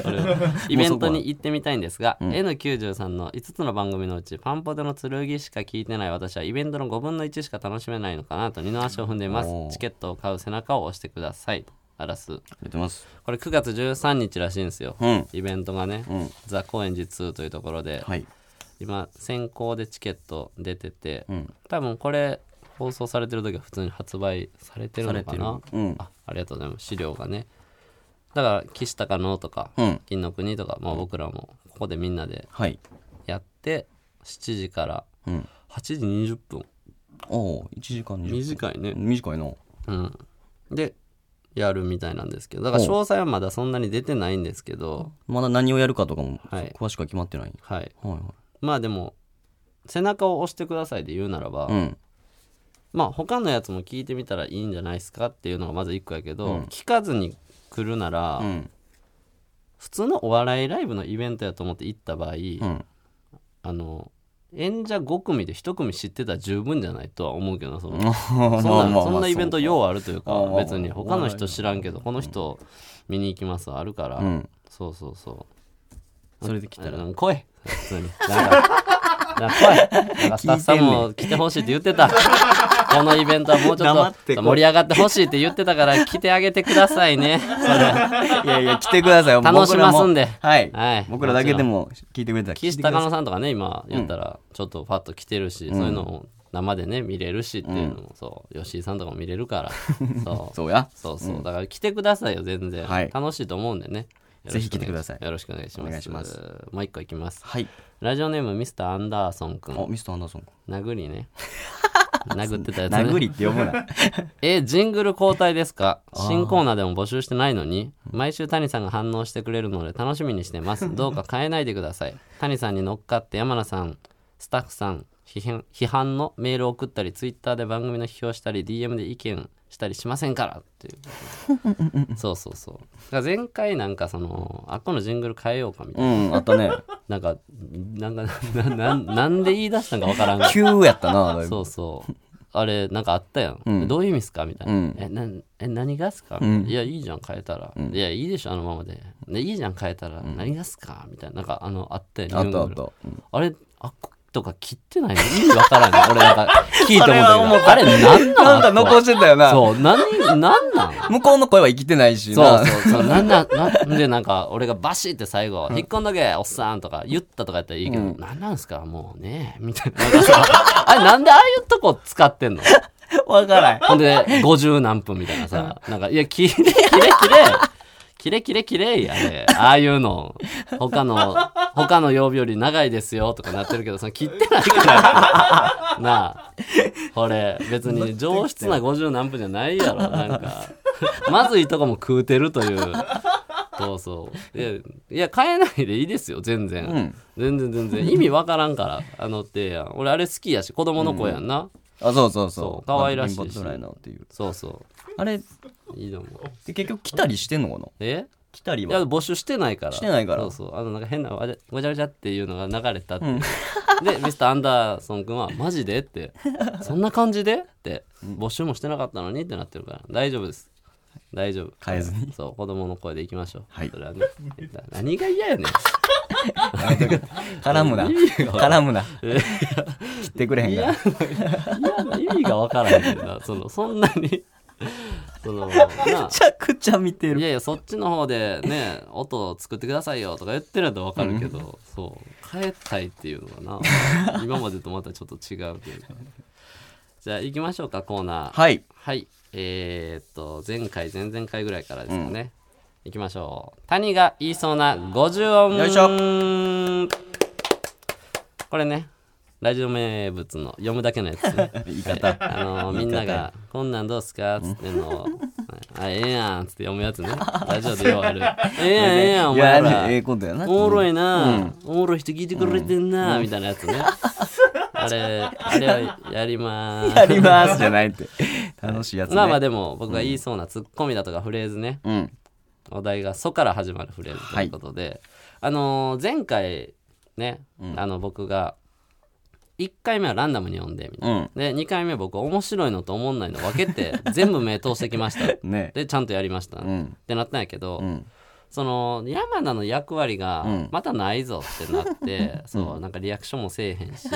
Speaker 2: 俺は イベントに行ってみたいんですが、N93 の5つの番組のうちパンポテの剣しか聞いてない私はイベントの5分の1しか楽しめないのかなと二の足を踏んでいます
Speaker 3: おー
Speaker 2: チケットを買う背中を押してくださいあらす
Speaker 3: ありがとうございます
Speaker 2: これ9月13日らしいんですよ、
Speaker 3: うん
Speaker 2: イベントがね、
Speaker 3: うん
Speaker 2: ザ・高円寺2というところで、
Speaker 3: はい
Speaker 2: 今先行でチケット出てて、
Speaker 3: うん
Speaker 2: 多分これ放送されてる時は普通に発売されてるのかな
Speaker 3: されてるうん
Speaker 2: あありがとうございます資料がねだから岸高野とか、
Speaker 3: うん
Speaker 2: 金の国とか、まあ、僕らもここでみんなで
Speaker 3: はい
Speaker 2: やって7時から
Speaker 3: うん
Speaker 2: 8時20分
Speaker 3: おお1時間20分
Speaker 2: 短いね
Speaker 3: 短いな
Speaker 2: うんでやるみたいなんですけどだから詳細はまだそんなに出てないんですけど
Speaker 3: まだ何をやるかとかも
Speaker 2: はい
Speaker 3: 詳しくは決まってない
Speaker 2: はい
Speaker 3: はいはい
Speaker 2: まあでも背中を押してくださいで言うならば、
Speaker 3: うん
Speaker 2: まあ他のやつも聞いてみたらいいんじゃないですかっていうのがまず一個やけど、
Speaker 3: うん
Speaker 2: 聞かずに来るなら、
Speaker 3: うん
Speaker 2: 普通のお笑いライブのイベントやと思って行った場合、
Speaker 3: うん
Speaker 2: あの演者5組で1組知ってたら十分じゃないとは思うけどな その、
Speaker 3: そ
Speaker 2: そんなそんなイベント
Speaker 3: う
Speaker 2: ようあるというか
Speaker 3: あー
Speaker 2: 別に他の人知らんけどこの人見に行きますはあるから、
Speaker 3: かうん
Speaker 2: そうそうそ
Speaker 3: それで来
Speaker 2: う
Speaker 3: たら
Speaker 2: うん来い普通 になんかなんか来いなんかスタッフさんも来てほしいって言って たこのイベントはもうち
Speaker 3: 黙
Speaker 2: ょ
Speaker 3: っ
Speaker 2: ってと
Speaker 3: こい
Speaker 2: 盛り上がってほしいって言ってたから来てあげてください ね
Speaker 3: いやいや来てください よ
Speaker 2: 楽しますんで
Speaker 3: 僕らもはい
Speaker 2: はい
Speaker 3: 僕らだけでも聞いてくれたら聞い
Speaker 2: 岸
Speaker 3: てくだ
Speaker 2: 高
Speaker 3: さい
Speaker 2: 野さんとかね今言ったらちょっとパッと来てるし、そういうのを生でね見れるしっていうのもそう、吉井さんとかも見れるから そう
Speaker 3: そうや
Speaker 2: そうそうだから来てくださいよ全然、
Speaker 3: はい
Speaker 2: 楽しいと思うんでねよろし
Speaker 3: ぜひ
Speaker 2: く
Speaker 3: 来
Speaker 2: お願
Speaker 3: てください
Speaker 2: よろしくお願いします
Speaker 3: お願いします
Speaker 2: もう一個いきます
Speaker 3: はい
Speaker 2: ラジオネームミスターアンダーソンく
Speaker 3: あ
Speaker 2: ん
Speaker 3: ミスターアンダーソン
Speaker 2: 殴り ね殴ってたやつね
Speaker 3: 殴りって呼ぶな
Speaker 2: えジングル交代ですか新コーナーでも募集してないのに毎週谷さんが反応してくれるので楽しみにしてますどうか変えないでください谷さんに乗っかって山名さんスタッフさん批判批判のメールを送ったりツイッターで番組の批評したり DM で意見したりしませんからっていうそうそうそうだから前回なんかそのあっこのジングル変えようかみたい
Speaker 3: うんあったね
Speaker 2: ななんかなんかなななんで言い出したんかわからん
Speaker 3: 急やったなだいぶ
Speaker 2: そうそう。あれ、なんかあったやん。どういう意味っすかみたいな。
Speaker 3: うん
Speaker 2: えなんえ、何がっすか、いや、いいじゃん、変えたら。いや、いいでしょ、あのままで。ね、いいじゃん、変えたら。何がっすかみたいな。なんか、あの、あったやん。
Speaker 3: あったあ
Speaker 2: い
Speaker 3: っ
Speaker 2: ろいろ
Speaker 3: たうん
Speaker 2: あれ、あっことか切ってないの意味わからん ね。俺、なんか、聞いて思ったけど。あれ、なんなん
Speaker 3: なんか残してたよな
Speaker 2: そう、何、なん なん
Speaker 3: 向こうの声は生きてないし
Speaker 2: そう
Speaker 3: な
Speaker 2: そうそう。なんなん、なんでなんか、俺がバシって最後、引っ込んどけ、おっさんとか言ったとかやったらいいけど、なんなんすか、もうね、みたいな。なんかさあれ、なんでああいうとこ使ってんの
Speaker 3: わからん。
Speaker 2: ほんで、50何分みたいなさ、なんか、いや、キ レキレキレキレキレキレやで、ああいうの、他の、他の曜日より長いですよとかなってるけど、その切ってない から、なあ、これ、別に上質な50何分じゃないやろ、なんか、まずいとこも食うてるという。そうそういやいや変えないでいいですよ全然、
Speaker 3: うん
Speaker 2: 全然全然意味わからんからあの提案俺あれ好きやし子供の子やんな、
Speaker 3: あ、そうそうそう。
Speaker 2: そう可愛らしいし
Speaker 3: あの貧乏ドライのっていう。
Speaker 2: そうそ
Speaker 3: あれ、
Speaker 2: ういいと思う
Speaker 3: 結局来たりしてんのかな
Speaker 2: え
Speaker 3: 来たり
Speaker 2: いや
Speaker 3: は。
Speaker 2: 募集してないから
Speaker 3: してないから
Speaker 2: そうそうあのなんか変なわじゃごちゃごちゃっていうのが流れたって、でミスターアンダーソン君は「マジで?」って「そんな感じで?」って募集もしてなかったのにってなってるから大丈夫です大丈夫
Speaker 3: 変えずに
Speaker 2: そう子供の声でいきましょう
Speaker 3: はい
Speaker 2: それはねな何が嫌や ねん
Speaker 3: 絡むな。
Speaker 2: いいよ
Speaker 3: 絡むな。
Speaker 2: え
Speaker 3: 来てくれへんから。
Speaker 2: 嫌な意味がわからんねんなそのそんなにそ のなあ
Speaker 3: めちゃくちゃ見て
Speaker 2: い
Speaker 3: る。
Speaker 2: やいやそっちの方でね 音を作ってくださいよとか言ってるとわかるけど、そう変えたいっていうのは な今までとまたちょっと違うというかじゃあ行きましょうかコーナーい、
Speaker 3: はい。
Speaker 2: えーっと前回前々回ぐらいからですかね、行きましょう谷が言いそうな50音
Speaker 3: よいし
Speaker 2: これねラジオ名物の読むだけのやつね
Speaker 3: 言い方。
Speaker 2: あのみんなが「こんなんどうすか?」っつって のを「あええやん」っつって読むやつねラジオでよう ある「ええやんええやんお
Speaker 3: いや
Speaker 2: 前
Speaker 3: ええ
Speaker 2: ら
Speaker 3: ことやな。
Speaker 2: おもろいなおもろい人聞いてくれてんな」みたいなやつねあれあれはやりま
Speaker 3: や
Speaker 2: ー
Speaker 3: りますじゃないって。楽しいや
Speaker 2: す
Speaker 3: つね。
Speaker 2: まあまあでも僕が言いそうなツッコミだとかフレーズね
Speaker 3: うん。
Speaker 2: お題が「そ」から始まるフレーズということであのー前回ねあの僕が1回目はランダムに読んでみたいな
Speaker 3: うん。
Speaker 2: で2回目僕面白いのと思んないの分けて全部目通してきました
Speaker 3: ね
Speaker 2: でちゃんとやりました、
Speaker 3: う
Speaker 2: っ
Speaker 3: ん。
Speaker 2: てなったんやけど、
Speaker 3: うん。
Speaker 2: その山名の役割
Speaker 3: う
Speaker 2: が
Speaker 3: ん
Speaker 2: またないぞってな って、そうなんかリアクションもせえへんし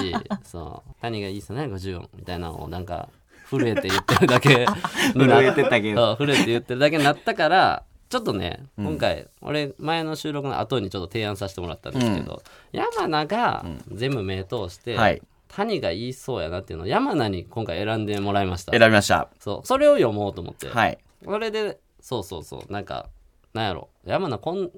Speaker 2: そう谷がいいっすね50音みたいなのをなんか震えて言ってる だけになっ
Speaker 3: 震えてたけど。
Speaker 2: そう震えて言ってるだけになったからちょっとね、今回俺前の収録の後にちょっと提案させてもらったんですけど、山名が全部目通して、
Speaker 3: はい。
Speaker 2: 谷が言いそうやなっていうのを山名に今回選んでもらいました
Speaker 3: 選びました。
Speaker 2: そうそれを読もうと思って、
Speaker 3: はい。
Speaker 2: それでそうそうそうなんかなんやろ山名こん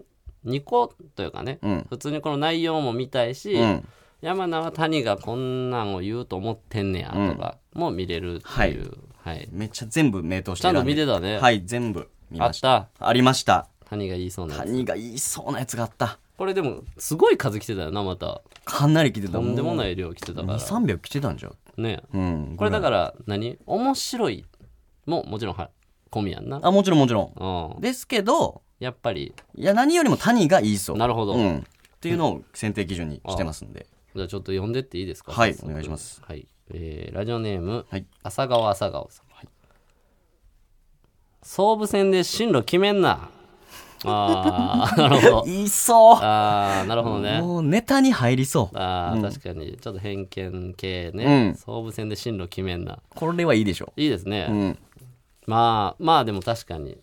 Speaker 2: 2個というかね、
Speaker 3: うん。
Speaker 2: 普通にこの内容も見たいし、
Speaker 3: うん。
Speaker 2: 山名は谷がこんなんを言うと思ってんねやとかも見れるっていう、はい
Speaker 3: めっちゃ全部名刀して
Speaker 2: ちゃん
Speaker 3: 選
Speaker 2: と
Speaker 3: ん
Speaker 2: 見
Speaker 3: で
Speaker 2: てたね、
Speaker 3: はい、全部見
Speaker 2: あ
Speaker 3: ま
Speaker 2: っ
Speaker 3: した。
Speaker 2: た
Speaker 3: ありました。
Speaker 2: 谷が言いそうなやつ
Speaker 3: 谷が言いそうなやつがあった。
Speaker 2: これでもすごい数来てたよなまた
Speaker 3: かなり来てた
Speaker 2: とんでも
Speaker 3: い。
Speaker 2: ない量来てたか
Speaker 3: 2、
Speaker 2: ら
Speaker 3: 300来てたんじゃん。
Speaker 2: ね
Speaker 3: うん。。
Speaker 2: これだからら何面白いももちろんは込みやんな
Speaker 3: あ、もちろんもちろん。
Speaker 2: うん
Speaker 3: ですけど、
Speaker 2: やっぱり
Speaker 3: いや、何よりも谷が言いそう。
Speaker 2: なるほど
Speaker 3: うん。っていうのを選定基準にしてますんで。
Speaker 2: じゃあちょっと読んでっていいですか
Speaker 3: はい
Speaker 2: 早速
Speaker 3: お願いします
Speaker 2: はい、えーラジオネーム、
Speaker 3: はい
Speaker 2: 朝顔朝顔さん、総武線で進路決めんなあー なるほど
Speaker 3: 言いそう
Speaker 2: あーなるほどね
Speaker 3: もうネタに入りそう。
Speaker 2: あー、確かにちょっと偏見系
Speaker 3: う
Speaker 2: ね、
Speaker 3: ん
Speaker 2: 総武線で進路決めんな
Speaker 3: これはいいでしょ
Speaker 2: いいですね、
Speaker 3: う。うん。
Speaker 2: まあまあでも確かに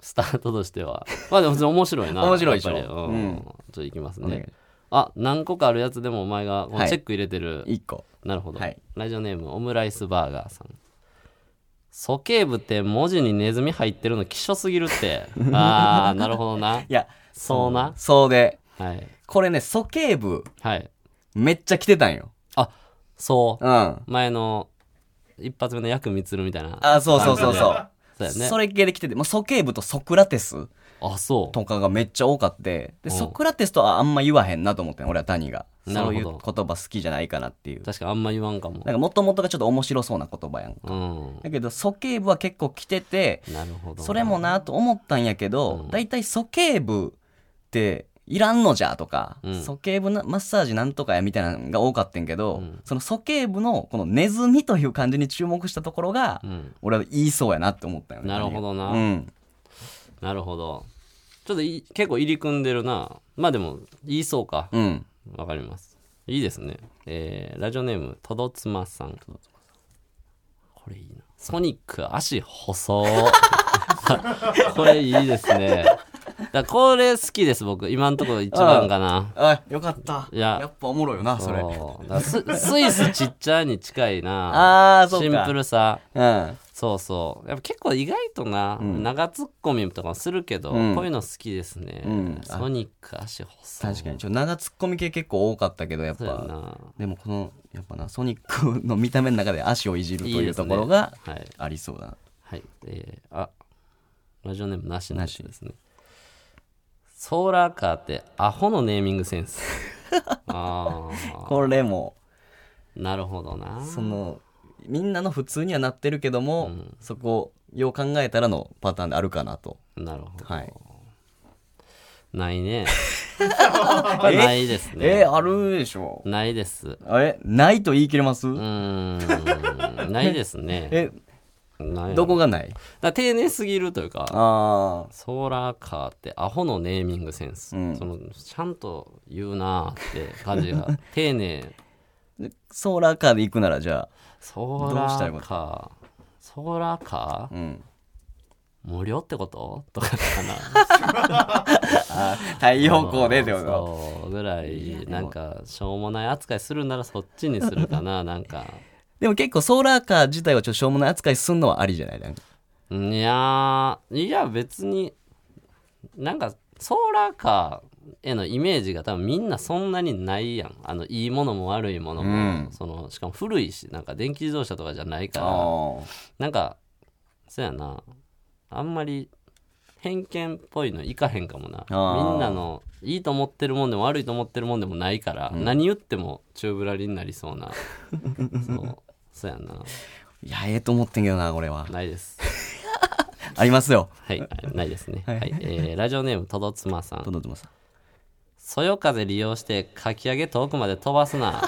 Speaker 2: スタートとしてはまあでも普通に面白いな
Speaker 3: 面白いでしょ
Speaker 2: やっぱりうん
Speaker 3: うん
Speaker 2: ちょっといきます
Speaker 3: お願い
Speaker 2: ねあ何個かあるやつでもお前がこの
Speaker 3: はい
Speaker 2: チェック入れてる、
Speaker 3: 一個。
Speaker 2: なるほど、
Speaker 3: はい
Speaker 2: ラジオネームオムライスバーガーさん鼠径部って文字にネズミ入ってるの希少すぎるって ああなるほどない
Speaker 3: や、
Speaker 2: そうな、
Speaker 3: そうで、
Speaker 2: はい
Speaker 3: これね、鼠径部、
Speaker 2: はい
Speaker 3: めっちゃ来てたんよ。
Speaker 2: あそう
Speaker 3: うん。あ、
Speaker 2: 前の一発目のヤクミツルみたいな
Speaker 3: そうそうそうそう。
Speaker 2: そうやね
Speaker 3: それ系で来てて、まあ、鼠径部とソクラテス
Speaker 2: あそう
Speaker 3: とかがめっちゃ多かって、で、
Speaker 2: うん
Speaker 3: ソクラテスとはあんま言わへんなと思ってん、俺は谷が。
Speaker 2: なる
Speaker 3: そ
Speaker 2: ほ
Speaker 3: う
Speaker 2: ど
Speaker 3: いう言葉好きじゃないかなっていう。
Speaker 2: 確かあんま言わんかも
Speaker 3: なんか元々がちょっと面白そうな言葉やん。
Speaker 2: うん
Speaker 3: だけど、鼠径部は結構来てて、
Speaker 2: なるほど
Speaker 3: それもなと思ったんやけど、
Speaker 2: うん
Speaker 3: だいたい鼠径部っていらんのじゃとか、
Speaker 2: うん
Speaker 3: 鼠径部なマッサージなんとかやみたいなのが多かったんけど、
Speaker 2: うん
Speaker 3: その鼠径部のこのネズミという感じに注目したところが、
Speaker 2: うん
Speaker 3: 俺は言いそうやなって思ったよね。
Speaker 2: なるほどな
Speaker 3: うん。
Speaker 2: なるほどちょっとい結構入り組んでるなまあでも言いそうか
Speaker 3: うん。
Speaker 2: わかります。いいですね。えーラジオネーム、とどつまさん。これいいな。 ソニック、足細。これいいですね。だこれ好きです僕今のところ一番かな
Speaker 3: あ、よかった。
Speaker 2: いや
Speaker 3: やっぱおもろいよな、それ。
Speaker 2: そうだス スイスちっちゃに近いな
Speaker 3: ああ、そう
Speaker 2: シ
Speaker 3: か。
Speaker 2: ンプルさ
Speaker 3: うん。
Speaker 2: そうそうやっぱ結構意外とな、長ツッコミとかもするけど、
Speaker 3: うん
Speaker 2: こういうの好きですね、
Speaker 3: うん
Speaker 2: ソニック足細い
Speaker 3: 確かに。ちょ、長ツッコミ系結構多かったけど、やっ
Speaker 2: そうや
Speaker 3: ぱ。
Speaker 2: な
Speaker 3: でもこの、やっぱな、ソニックの見た目の中で足をいじると
Speaker 2: いい
Speaker 3: い
Speaker 2: で
Speaker 3: う
Speaker 2: す
Speaker 3: と
Speaker 2: ね
Speaker 3: ころが
Speaker 2: はい
Speaker 3: ありそうだな。
Speaker 2: はいえー、あラジオネームなしの
Speaker 3: なし
Speaker 2: 人ですねソーラーカーってアホのネーミングセン スああ
Speaker 3: これも、
Speaker 2: なるほどな
Speaker 3: その、みんなの普通にはなってるけど
Speaker 2: う
Speaker 3: も、
Speaker 2: ん
Speaker 3: そこ、よう考えたらのパターンであるかなと。
Speaker 2: なるほど、
Speaker 3: はい。
Speaker 2: ないねないですね
Speaker 3: えー、あるでしょ。
Speaker 2: ないです
Speaker 3: え、ないと言い切れます、
Speaker 2: うー んないですね
Speaker 3: え、
Speaker 2: ない
Speaker 3: どこ
Speaker 2: が
Speaker 3: がない
Speaker 2: 丁寧すぎるというか
Speaker 3: ああ。
Speaker 2: ソーラーカーってアホのネーミングセンス、
Speaker 3: うん
Speaker 2: そのちゃんと言うなーって感 じが丁寧
Speaker 3: ソーラーカーで行くなら、じゃ
Speaker 2: ソー
Speaker 3: ど
Speaker 2: ラ
Speaker 3: うしたらいい
Speaker 2: ー
Speaker 3: の
Speaker 2: カーソーラーカー
Speaker 3: あ。うん。
Speaker 2: 無料ってこととかか
Speaker 3: 太陽
Speaker 2: な
Speaker 3: 光でってこと
Speaker 2: そうぐらいなんかしょうもない扱いするならそっちにするか ななんか
Speaker 3: でも結構ソーラーカー自体はちょっとしょうもない扱いすんのはありじゃないなんか
Speaker 2: いやーいや別になんかソーラーカーへのイメージが多分みんなそんなにないやんあのいいものも悪いものも、
Speaker 3: うん
Speaker 2: そのしかも古いしなんか電気自動車とかじゃないから
Speaker 3: あ
Speaker 2: なんかそうやなあんまり偏見っぽいのいかへんかもな
Speaker 3: あー
Speaker 2: みんなのいいと思ってるもんでも悪いと思ってるもんでもないから、何言っても宙ぶらりんになりそうな そうそうやない
Speaker 3: やええと思ってんけどなこれは
Speaker 2: ないです
Speaker 3: ありますよ
Speaker 2: はい、ないですね。はい、えーラジオネームとどつまさん。
Speaker 3: 届いてます
Speaker 2: そよ風利用してかき上げ遠くまで飛ばす な。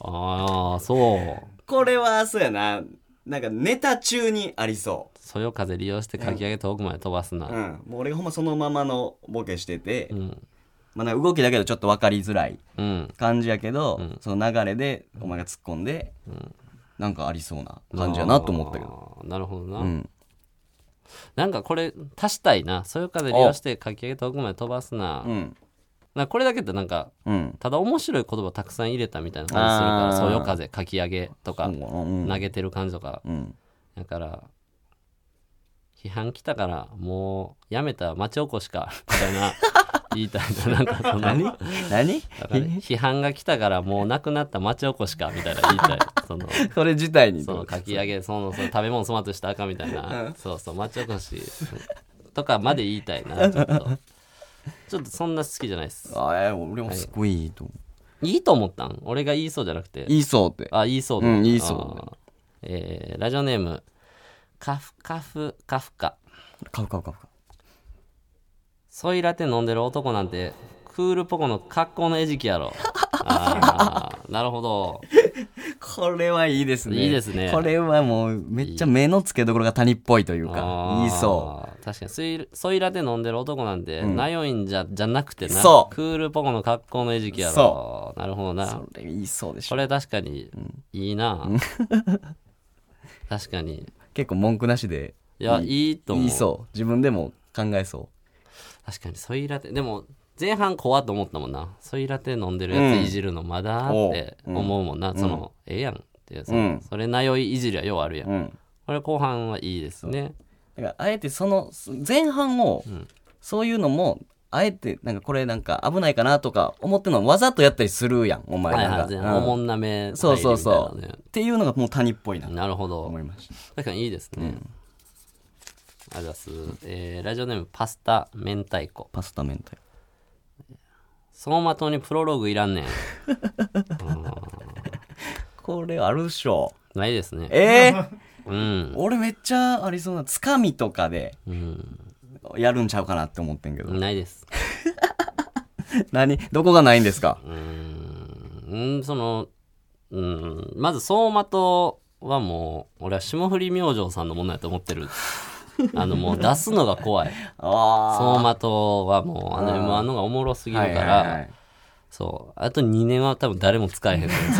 Speaker 2: ああ、そう。
Speaker 3: これはそうやななんかネタ中にありそ
Speaker 2: そよ風利用してかき上げ遠くまで飛ばすな。
Speaker 3: んもう俺がほんまそのままのボケしてて、
Speaker 2: うん。
Speaker 3: まあなんか動きだけどちょっと分かりづらい
Speaker 2: うん。
Speaker 3: 感じやけど、その流れでお前が突っ込んで、なんかありそうな感じ
Speaker 2: や
Speaker 3: やなと思ったけど
Speaker 2: ど。なるほどな。
Speaker 3: うん
Speaker 2: なんかこれ足したいな。そよ風利用してかき上げ遠くまで飛ばすな。
Speaker 3: うん
Speaker 2: なんかこれだけでなんか、
Speaker 3: うん
Speaker 2: ただ面白い言葉たくさん入れたみたいな感じするから、
Speaker 3: あー
Speaker 2: そよ風かき上げとか、
Speaker 3: うん
Speaker 2: 投げてる感じとか、
Speaker 3: うん
Speaker 2: だから批判来たからもうやめた町おこしかみたい な言いたいななんかその
Speaker 3: 何
Speaker 2: だ
Speaker 3: 何
Speaker 2: から批判が来たからもうなくなった町おこしかみたいな言いたいその
Speaker 3: それ自体に
Speaker 2: そのかき揚げそのその食べ物粗末したらあかんみたいなそうそう町おこしとかまで言いたいなちょっ とちょっとそんな好きじゃないです
Speaker 3: あえ俺もすごいいいと思う、
Speaker 2: いいと思ったん俺が言いそうじゃなくて
Speaker 3: い、いそうって
Speaker 2: あ、言いそうだ
Speaker 3: うん言いそうだ
Speaker 2: あーえーラジオネームカフカフカフカ
Speaker 3: 買う買う買う買
Speaker 2: ソイラテ飲んでる男なんてクールポコの格好の餌食やろあーなるほど
Speaker 3: うこれはいいです
Speaker 2: いいですね
Speaker 3: これはもうめっちゃ目の付けどころが谷っぽいというかいいそう
Speaker 2: 確かにソイソイラテ飲んでる男なんて、ナヨインじゃじゃなくてな
Speaker 3: そう
Speaker 2: クールポコの格好の餌食やろ
Speaker 3: そ
Speaker 2: なるほど
Speaker 3: う
Speaker 2: な
Speaker 3: それいいそうでし
Speaker 2: こ
Speaker 3: ょ
Speaker 2: れ確かにいいな、 確かに
Speaker 3: 結構文句なしで
Speaker 2: いやいいと思う
Speaker 3: いいそう自分でも考えそ
Speaker 2: 確かにソイラテでも前半怖っと思ったもんなソイラテ飲んでるやついじるのまだって
Speaker 3: うん
Speaker 2: 思うもんな、そのええやんってそ,、
Speaker 3: うん
Speaker 2: それなよいいじりはようあるやん、
Speaker 3: ううん
Speaker 2: これ後半はいいですね
Speaker 3: だからあえてその前半を、そういうのもあえてなんかこれなんか危ないかなとか思ってんのわざとやったりするやんお前
Speaker 2: はい
Speaker 3: な
Speaker 2: は
Speaker 3: ん
Speaker 2: い
Speaker 3: か、
Speaker 2: 前
Speaker 3: う
Speaker 2: 半お
Speaker 3: ん
Speaker 2: もんなめ
Speaker 3: そうそう
Speaker 2: 入
Speaker 3: そ
Speaker 2: りみ
Speaker 3: う、
Speaker 2: たいな
Speaker 3: っていうのがもう谷っぽいな
Speaker 2: ね
Speaker 3: と
Speaker 2: なるほど
Speaker 3: 思いました
Speaker 2: 確かにいいですね、ありがとうございます、えーラジオネームパスタ明太子
Speaker 3: パスタ明太
Speaker 2: 走馬灯にプロローグいらんねん
Speaker 3: これあるっ しょ
Speaker 2: ないですね
Speaker 3: ええ
Speaker 2: うん
Speaker 3: 俺めっちゃありそうなつかみとかで
Speaker 2: うん
Speaker 3: やるんちゃうかなって思ってんけど、
Speaker 2: ないです
Speaker 3: 何どこがないんですか
Speaker 2: うーんうん、その、うん、まず相馬灯はもう、俺は霜降り明星さんのものやと思ってる。あの、もう出すのが怖い。相
Speaker 3: あ
Speaker 2: 馬灯はもう、あの M1 のがおもろす
Speaker 3: あ
Speaker 2: ぎるから、
Speaker 3: い、
Speaker 2: そう。あと2年は多分誰も使えへんと思 う。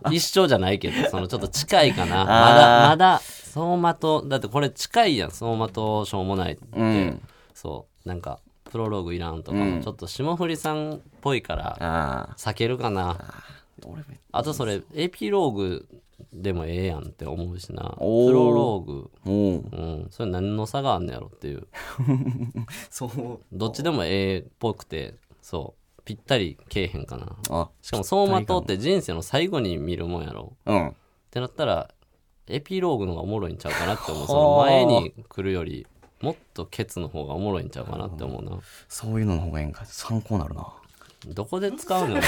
Speaker 2: その一生じゃないけど、そのちょっと近いかな。まだ、まだ、相馬灯、だってこれ近いやん、相馬灯しょうもないって。
Speaker 3: うん
Speaker 2: そう。なんか、プロローグいらんとかも、ちょっと霜降りさんっぽいから
Speaker 3: ああ
Speaker 2: 避けるかな
Speaker 3: 俺め
Speaker 2: あとそれエピローグでもええやんって思うしなプ
Speaker 3: おー
Speaker 2: ロローグう
Speaker 3: おう
Speaker 2: ん、それ何の差があんのやろっていう
Speaker 3: そう
Speaker 2: どっちでもええっぽくてそうぴったりけえへんかな
Speaker 3: あ
Speaker 2: しかも走馬灯って人生の最後に見るもんやろ
Speaker 3: うん
Speaker 2: ってなったらエピローグの方がおもろいんちゃうかなって思うその前に来るよりもっとケツの方がおもろいんちゃうかなって思うな
Speaker 3: そういうのの方がええんか参考になるな
Speaker 2: どこで使うの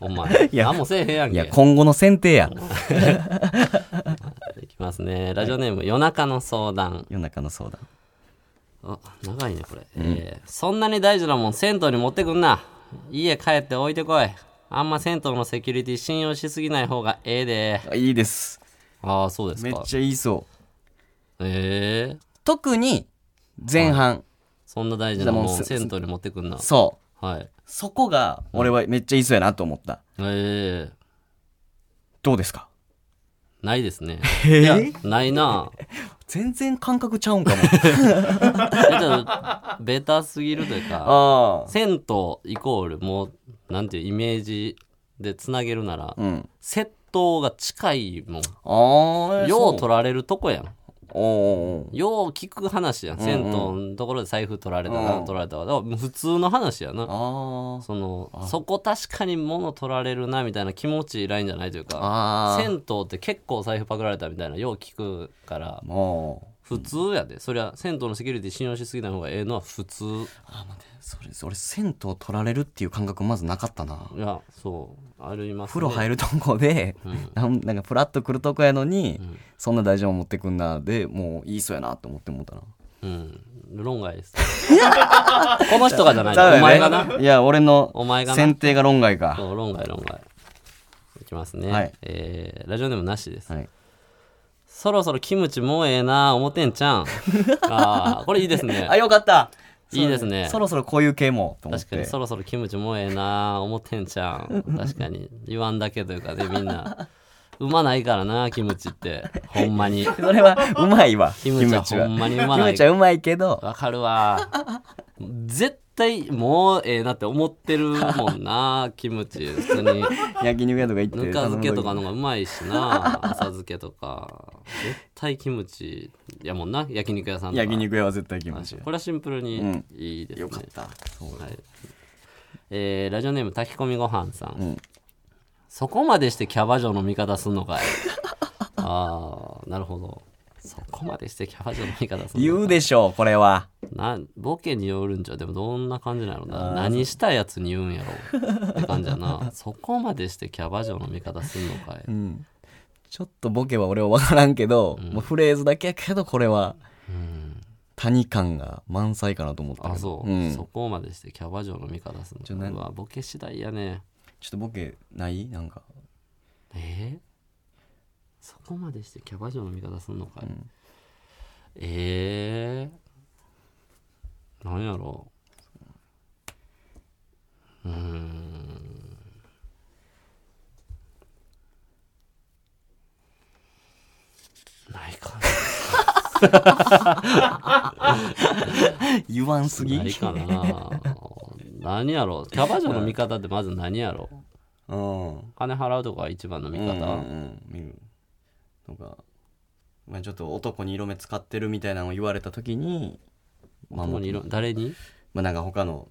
Speaker 2: お前
Speaker 3: や
Speaker 2: 何もせえへんやん
Speaker 3: いや
Speaker 2: け
Speaker 3: 今後の選定や
Speaker 2: いきますねラジオネーム、夜中の相談
Speaker 3: 夜中の相談
Speaker 2: あ長いねこれ、えーそんなに大事なもん銭湯に持ってくんな家帰って置いてこいあんま銭湯のセキュリティ信用しすぎない方がええで
Speaker 3: あいいです
Speaker 2: ああそうです
Speaker 3: めっ
Speaker 2: か
Speaker 3: ちゃいいそう
Speaker 2: ええ
Speaker 3: 特に前半
Speaker 2: そんな大事なも
Speaker 3: でも
Speaker 2: ん
Speaker 3: す
Speaker 2: 銭湯に持ってくんな
Speaker 3: そう
Speaker 2: はい
Speaker 3: そこが俺はめっちゃいいそうやなと思った
Speaker 2: ええ
Speaker 3: どうですか
Speaker 2: ないですね
Speaker 3: え
Speaker 2: いやないな
Speaker 3: 全然感覚ちゃう んかも
Speaker 2: えちょっとベタすぎるというか
Speaker 3: あ
Speaker 2: 銭湯イコールもうなんていうイメージでつなげるなら、
Speaker 3: あうん
Speaker 2: 窃盗が近いもん
Speaker 3: ああ
Speaker 2: よう
Speaker 3: と
Speaker 2: 取られるとこやん
Speaker 3: おおう
Speaker 2: よう聞く話やん銭湯のところで財布取られたな、
Speaker 3: うん
Speaker 2: 取られたわだからもう普通の話やな
Speaker 3: おう
Speaker 2: そのそこ確かに物取られるなみたいな気持ちいいラインじゃないという
Speaker 3: あ
Speaker 2: か
Speaker 3: ーあ
Speaker 2: 銭湯って結構財布パクられたみたいなよう聞くから
Speaker 3: もう
Speaker 2: 普通やでそりゃ銭湯のセキュリティ信用しすぎない方がええのは普通
Speaker 3: あ待ってそれ俺銭湯取られるっていう感覚まずなかったない
Speaker 2: やそうあります
Speaker 3: 風呂入るとこで、なんなんかフラッと来るとこやのに、そんな大事なもん持ってくんなでもういいそうやなと思って思ったな
Speaker 2: うん論外です この人がじゃないお前がな
Speaker 3: ないや俺の
Speaker 2: お前がな
Speaker 3: 選定が論外か
Speaker 2: そう論外論外いきますね、
Speaker 3: はい
Speaker 2: えーラジオネームなしです、
Speaker 3: はい
Speaker 2: そろそろキムチもうええな思てんちゃうんあーこれいいですね
Speaker 3: あよかった
Speaker 2: いいですね
Speaker 3: そろそろこういう系もと思っ
Speaker 2: 確か
Speaker 3: て
Speaker 2: にそろそろキムチもうええな思てんちゃうん確かに言わんだけというかねみんなうまないからなキムチってほんまに
Speaker 3: それはうまいわ
Speaker 2: キムチはほんまにうま
Speaker 3: キ
Speaker 2: な
Speaker 3: ム
Speaker 2: い
Speaker 3: チはうまいけど
Speaker 2: わかるわ絶対もうええなって思ってるもんなキムチ普通に
Speaker 3: 焼肉屋とか行って
Speaker 2: ぬか漬けとかの方がうまいしな浅漬けとか絶対キムチやもんな焼肉屋さんとか
Speaker 3: 焼肉屋は絶対キムチ
Speaker 2: これはシンプルにいいですね、
Speaker 3: よかったそう
Speaker 2: はいえーラジオネーム炊き込みごはんさん、
Speaker 3: ん
Speaker 2: そこまでしてキャバ嬢の味方すんのかい あーなるほどそこまでしてキャバ嬢の味方すん
Speaker 3: 言
Speaker 2: の
Speaker 3: うでしょうこれは
Speaker 2: なボケによるんじゃうでもどんな感じなのな何したやつに言うんやろって感じやなそこまでしてキャバ嬢の味方すんのかい、
Speaker 3: ちょっとボケは俺は分からんけど、もうフレーズだけやけどこれは、谷感が満載かなと思ったけど
Speaker 2: あそう、
Speaker 3: ん
Speaker 2: そこまでしてキャバ嬢の味方する
Speaker 3: ょ
Speaker 2: の
Speaker 3: な
Speaker 2: うわボケ次第やね
Speaker 3: ちょっとボケないなんか
Speaker 2: えー、そこまでしてキャバ嬢の味方すんのかい、えー、なんやろううーんないか
Speaker 3: 言わんす
Speaker 2: な
Speaker 3: ぎ
Speaker 2: ないかな何やろうキャバ嬢の味方ってまず何やろう
Speaker 3: うんうん
Speaker 2: 金払うとこが一番の味
Speaker 3: う
Speaker 2: 方、
Speaker 3: ん見るとか、まあ、ちょっと男に色目使ってるみたいなのを言われた時にまあ
Speaker 2: 共にいろ誰に
Speaker 3: まあなんか他の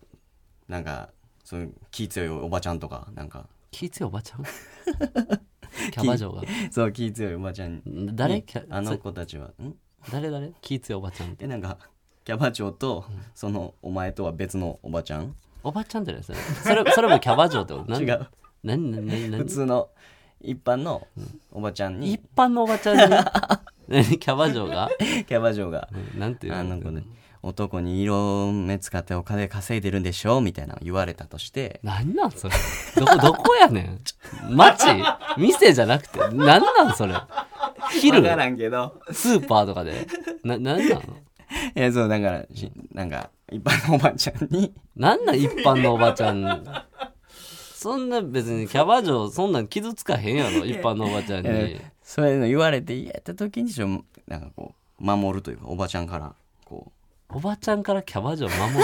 Speaker 3: なんかそういう気強いおばちゃんとかな んか
Speaker 2: 気強いおばち ゃんキャバ嬢が
Speaker 3: そう気強いおばちゃん
Speaker 2: 誰キャ
Speaker 3: あの子たちはん
Speaker 2: 誰誰気強いおばちゃんって
Speaker 3: えなんかキャバ嬢とそのお前とは別のおばちゃん
Speaker 2: おばちゃんじゃないですねそれそれもキャバ嬢ってこと
Speaker 3: 違う
Speaker 2: 何何何
Speaker 3: 普
Speaker 2: 何
Speaker 3: 通の一般のおばちゃんに
Speaker 2: 一般のおばちゃんに何キャバ嬢が
Speaker 3: キャバ嬢が
Speaker 2: なんていう
Speaker 3: あの子ね男に色目使ってお金稼いでるんでしょみたいなの言われたとして
Speaker 2: 何なんそれどこどこやねん街店じゃなくて何なんそれ昼
Speaker 3: 分からんけど
Speaker 2: スーパーとかでな何なん
Speaker 3: いやそうだからしなんか一般のおばちゃんに
Speaker 2: なんなん一般のおばちゃんそんな別にキャバ嬢そんなん傷つかへんやろ一般のおばちゃんに
Speaker 3: えーそういうの言われて言えた時にちょなんかこう守るというかおばちゃんからこ
Speaker 2: おばちゃんからキャバ嬢守る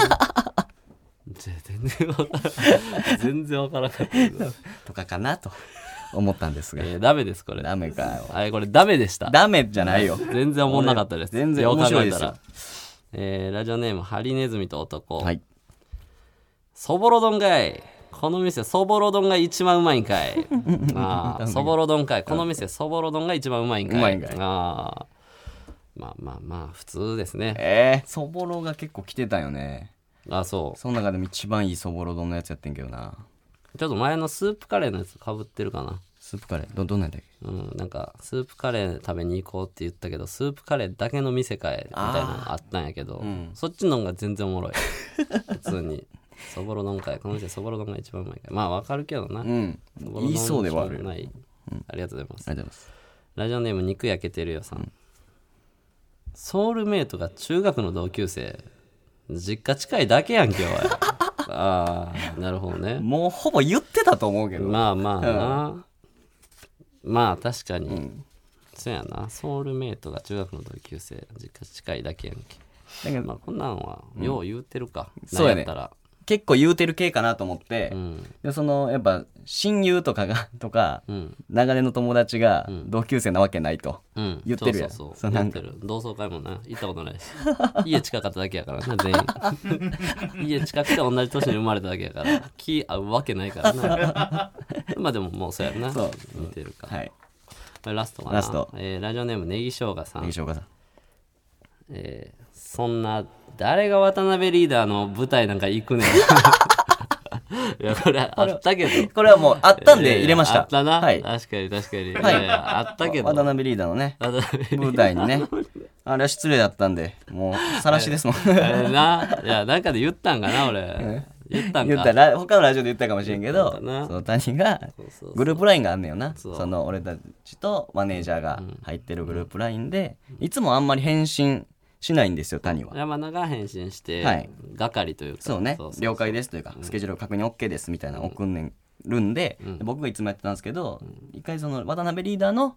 Speaker 2: 全然わからん全然わからなかったけど、
Speaker 3: とかかなと思ったんですが。
Speaker 2: えー、ダメですこれ
Speaker 3: ダメかよ。
Speaker 2: はいこれダメでした
Speaker 3: ダメじゃない よ。
Speaker 2: 全然思んなかったです
Speaker 3: 俺全然
Speaker 2: よう考えたら
Speaker 3: 面白い
Speaker 2: えーラジオネームハリネズミと男、
Speaker 3: はい。
Speaker 2: そぼろ丼かいこの店そぼろ丼が一番うまいん かいああそぼろ丼かいこの店そぼろ丼が一番うまいんかいう
Speaker 3: まいんかい
Speaker 2: ああまあまあまあ普通ですね
Speaker 3: えー、そぼろが結構来てたよね。
Speaker 2: ああそう
Speaker 3: その中でも一番いいそぼろ丼のやつやってんけどな。
Speaker 2: ちょっと前のスープカレーのやつかぶってるかな
Speaker 3: スープカレー。ど、どんなんだっけ
Speaker 2: うん、なんかスープカレー食べに行こうって言ったけどスープカレーだけの店かえみたいなのあったんやけど、そっちの方が全然おもろい 普通にそぼろ丼かいこの店そぼろ丼が一番うまいかいまあわかるけどな、
Speaker 3: うん。
Speaker 2: そぼろ丼
Speaker 3: 言いそうではある。
Speaker 2: しょ
Speaker 3: あり
Speaker 2: う
Speaker 3: が
Speaker 2: がない、ありがとうございます
Speaker 3: とうございます。
Speaker 2: ラジオネーム肉焼けてるよさん、ソウルメイトが中学の同級生実家近いだけやんけ おいああなるほどね
Speaker 3: もうほぼ言ってたと思うけど。
Speaker 2: まあまあな、まあ確かに、そうやなソウルメイトが中学の同級生実家近いだけやんけ
Speaker 3: だけど
Speaker 2: まあこんなんはよう言うてるか、なん、
Speaker 3: そうやね
Speaker 2: ったら
Speaker 3: 結構言うてる系かなと思って、
Speaker 2: ん
Speaker 3: でそのやっぱ親友とかが とか、
Speaker 2: ん
Speaker 3: 長年の友達が同級生なわけないと、
Speaker 2: うん
Speaker 3: 言ってるやん
Speaker 2: そうそうそ
Speaker 3: そう
Speaker 2: 言
Speaker 3: うな
Speaker 2: っ
Speaker 3: ん
Speaker 2: て
Speaker 3: か
Speaker 2: る同窓会もな行ったことないし家近かっただけや からな全員家近くて同じ年に生まれただけやから気合うわけないからな まあでももうそうやな
Speaker 3: そう
Speaker 2: 似てるか、
Speaker 3: はい
Speaker 2: ラストかな
Speaker 3: ラスト
Speaker 2: えーラジオネームネギショウガさん
Speaker 3: 西岡さん
Speaker 2: えーそんな誰が渡辺リーダーの舞台なんか行 くねんいやこれあったけど
Speaker 3: これはもうあったんで入れました
Speaker 2: いやいやあったな、
Speaker 3: はい
Speaker 2: 確かに確かに、
Speaker 3: はい
Speaker 2: いやいやあったけど
Speaker 3: 渡辺リーダーの ね
Speaker 2: 渡辺リーダー
Speaker 3: 舞台にねあれは失礼だったんでもう晒しですもん
Speaker 2: あれないやなんかで言ったんかな俺言ったんか
Speaker 3: 言ったら他のラジオで言ったかもしれんけど
Speaker 2: そうだな
Speaker 3: その谷が
Speaker 2: そうそう
Speaker 3: グループラインがあんねよな
Speaker 2: そう
Speaker 3: その俺たちとマネージャーが入ってるグループラインでいつもあんまり返信しないんですよ谷は
Speaker 2: 山名が返信して、
Speaker 3: はい
Speaker 2: 係というか
Speaker 3: そうね
Speaker 2: そうそう
Speaker 3: 了解ですというか、スケジュール確認 OK ですみたいなの送んねんるんで,で、僕がいつもやってたんですけど、一回その渡辺リーダーの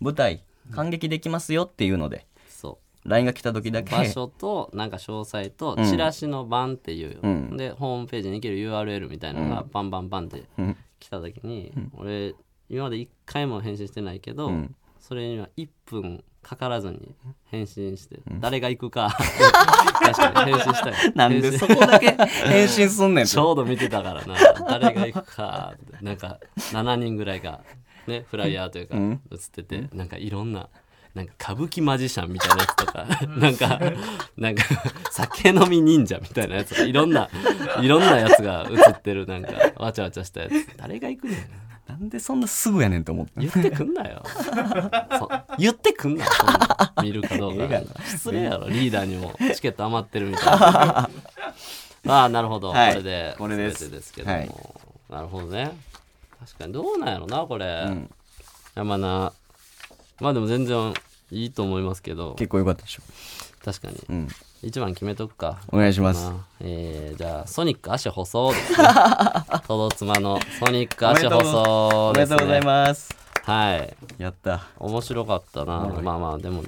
Speaker 3: 舞台感激できますよっていうので
Speaker 2: そう
Speaker 3: LINE が来た時だけ
Speaker 2: 場所となんか詳細とチラシの番っていう、
Speaker 3: うん
Speaker 2: でホームページに行ける URL みたいなのがバンバンバンって
Speaker 3: うん
Speaker 2: 来た時に、俺今まで1回も返信してないけど、
Speaker 3: ん
Speaker 2: それには1分かからずに返信して、誰が行く か確かに返信したい
Speaker 3: なんでそこだけ返信すんねん
Speaker 2: ち
Speaker 3: て
Speaker 2: ょうど見てたからな誰が行くかってなんか7人ぐらいが、ね、フライヤーというか
Speaker 3: ん
Speaker 2: 映ってて、なんかいろんな。なんか歌舞伎マジシャンみたいなやつとかなんかなんか酒飲み忍者みたいなやつとかいろんないろんなやつが映ってるなんかわちゃわちゃしたやつ誰が行くねん
Speaker 3: なんでそんなすぐやねんと思って
Speaker 2: 言ってくんな よそ言ってくんなそんな見るかどうか
Speaker 3: ええがな
Speaker 2: 失礼やろリーダーにもチケット余ってるみたい なああなるほど、
Speaker 3: はい
Speaker 2: これで
Speaker 3: これです
Speaker 2: 全てですけども、
Speaker 3: はい
Speaker 2: なるほどね確かにどうなんやろなこれ、
Speaker 3: ん
Speaker 2: 山名まあでも全然いいと思いますけど
Speaker 3: 結構良かったでしょ、
Speaker 2: 確かに、
Speaker 3: うん、
Speaker 2: 一番決めとくか
Speaker 3: お願いします
Speaker 2: なえーじゃあソニック足細 ですねトド妻のソニック足
Speaker 3: お
Speaker 2: 細で
Speaker 3: めですと
Speaker 2: ね
Speaker 3: うございます
Speaker 2: はい
Speaker 3: やった
Speaker 2: 面白かったなまあまあでも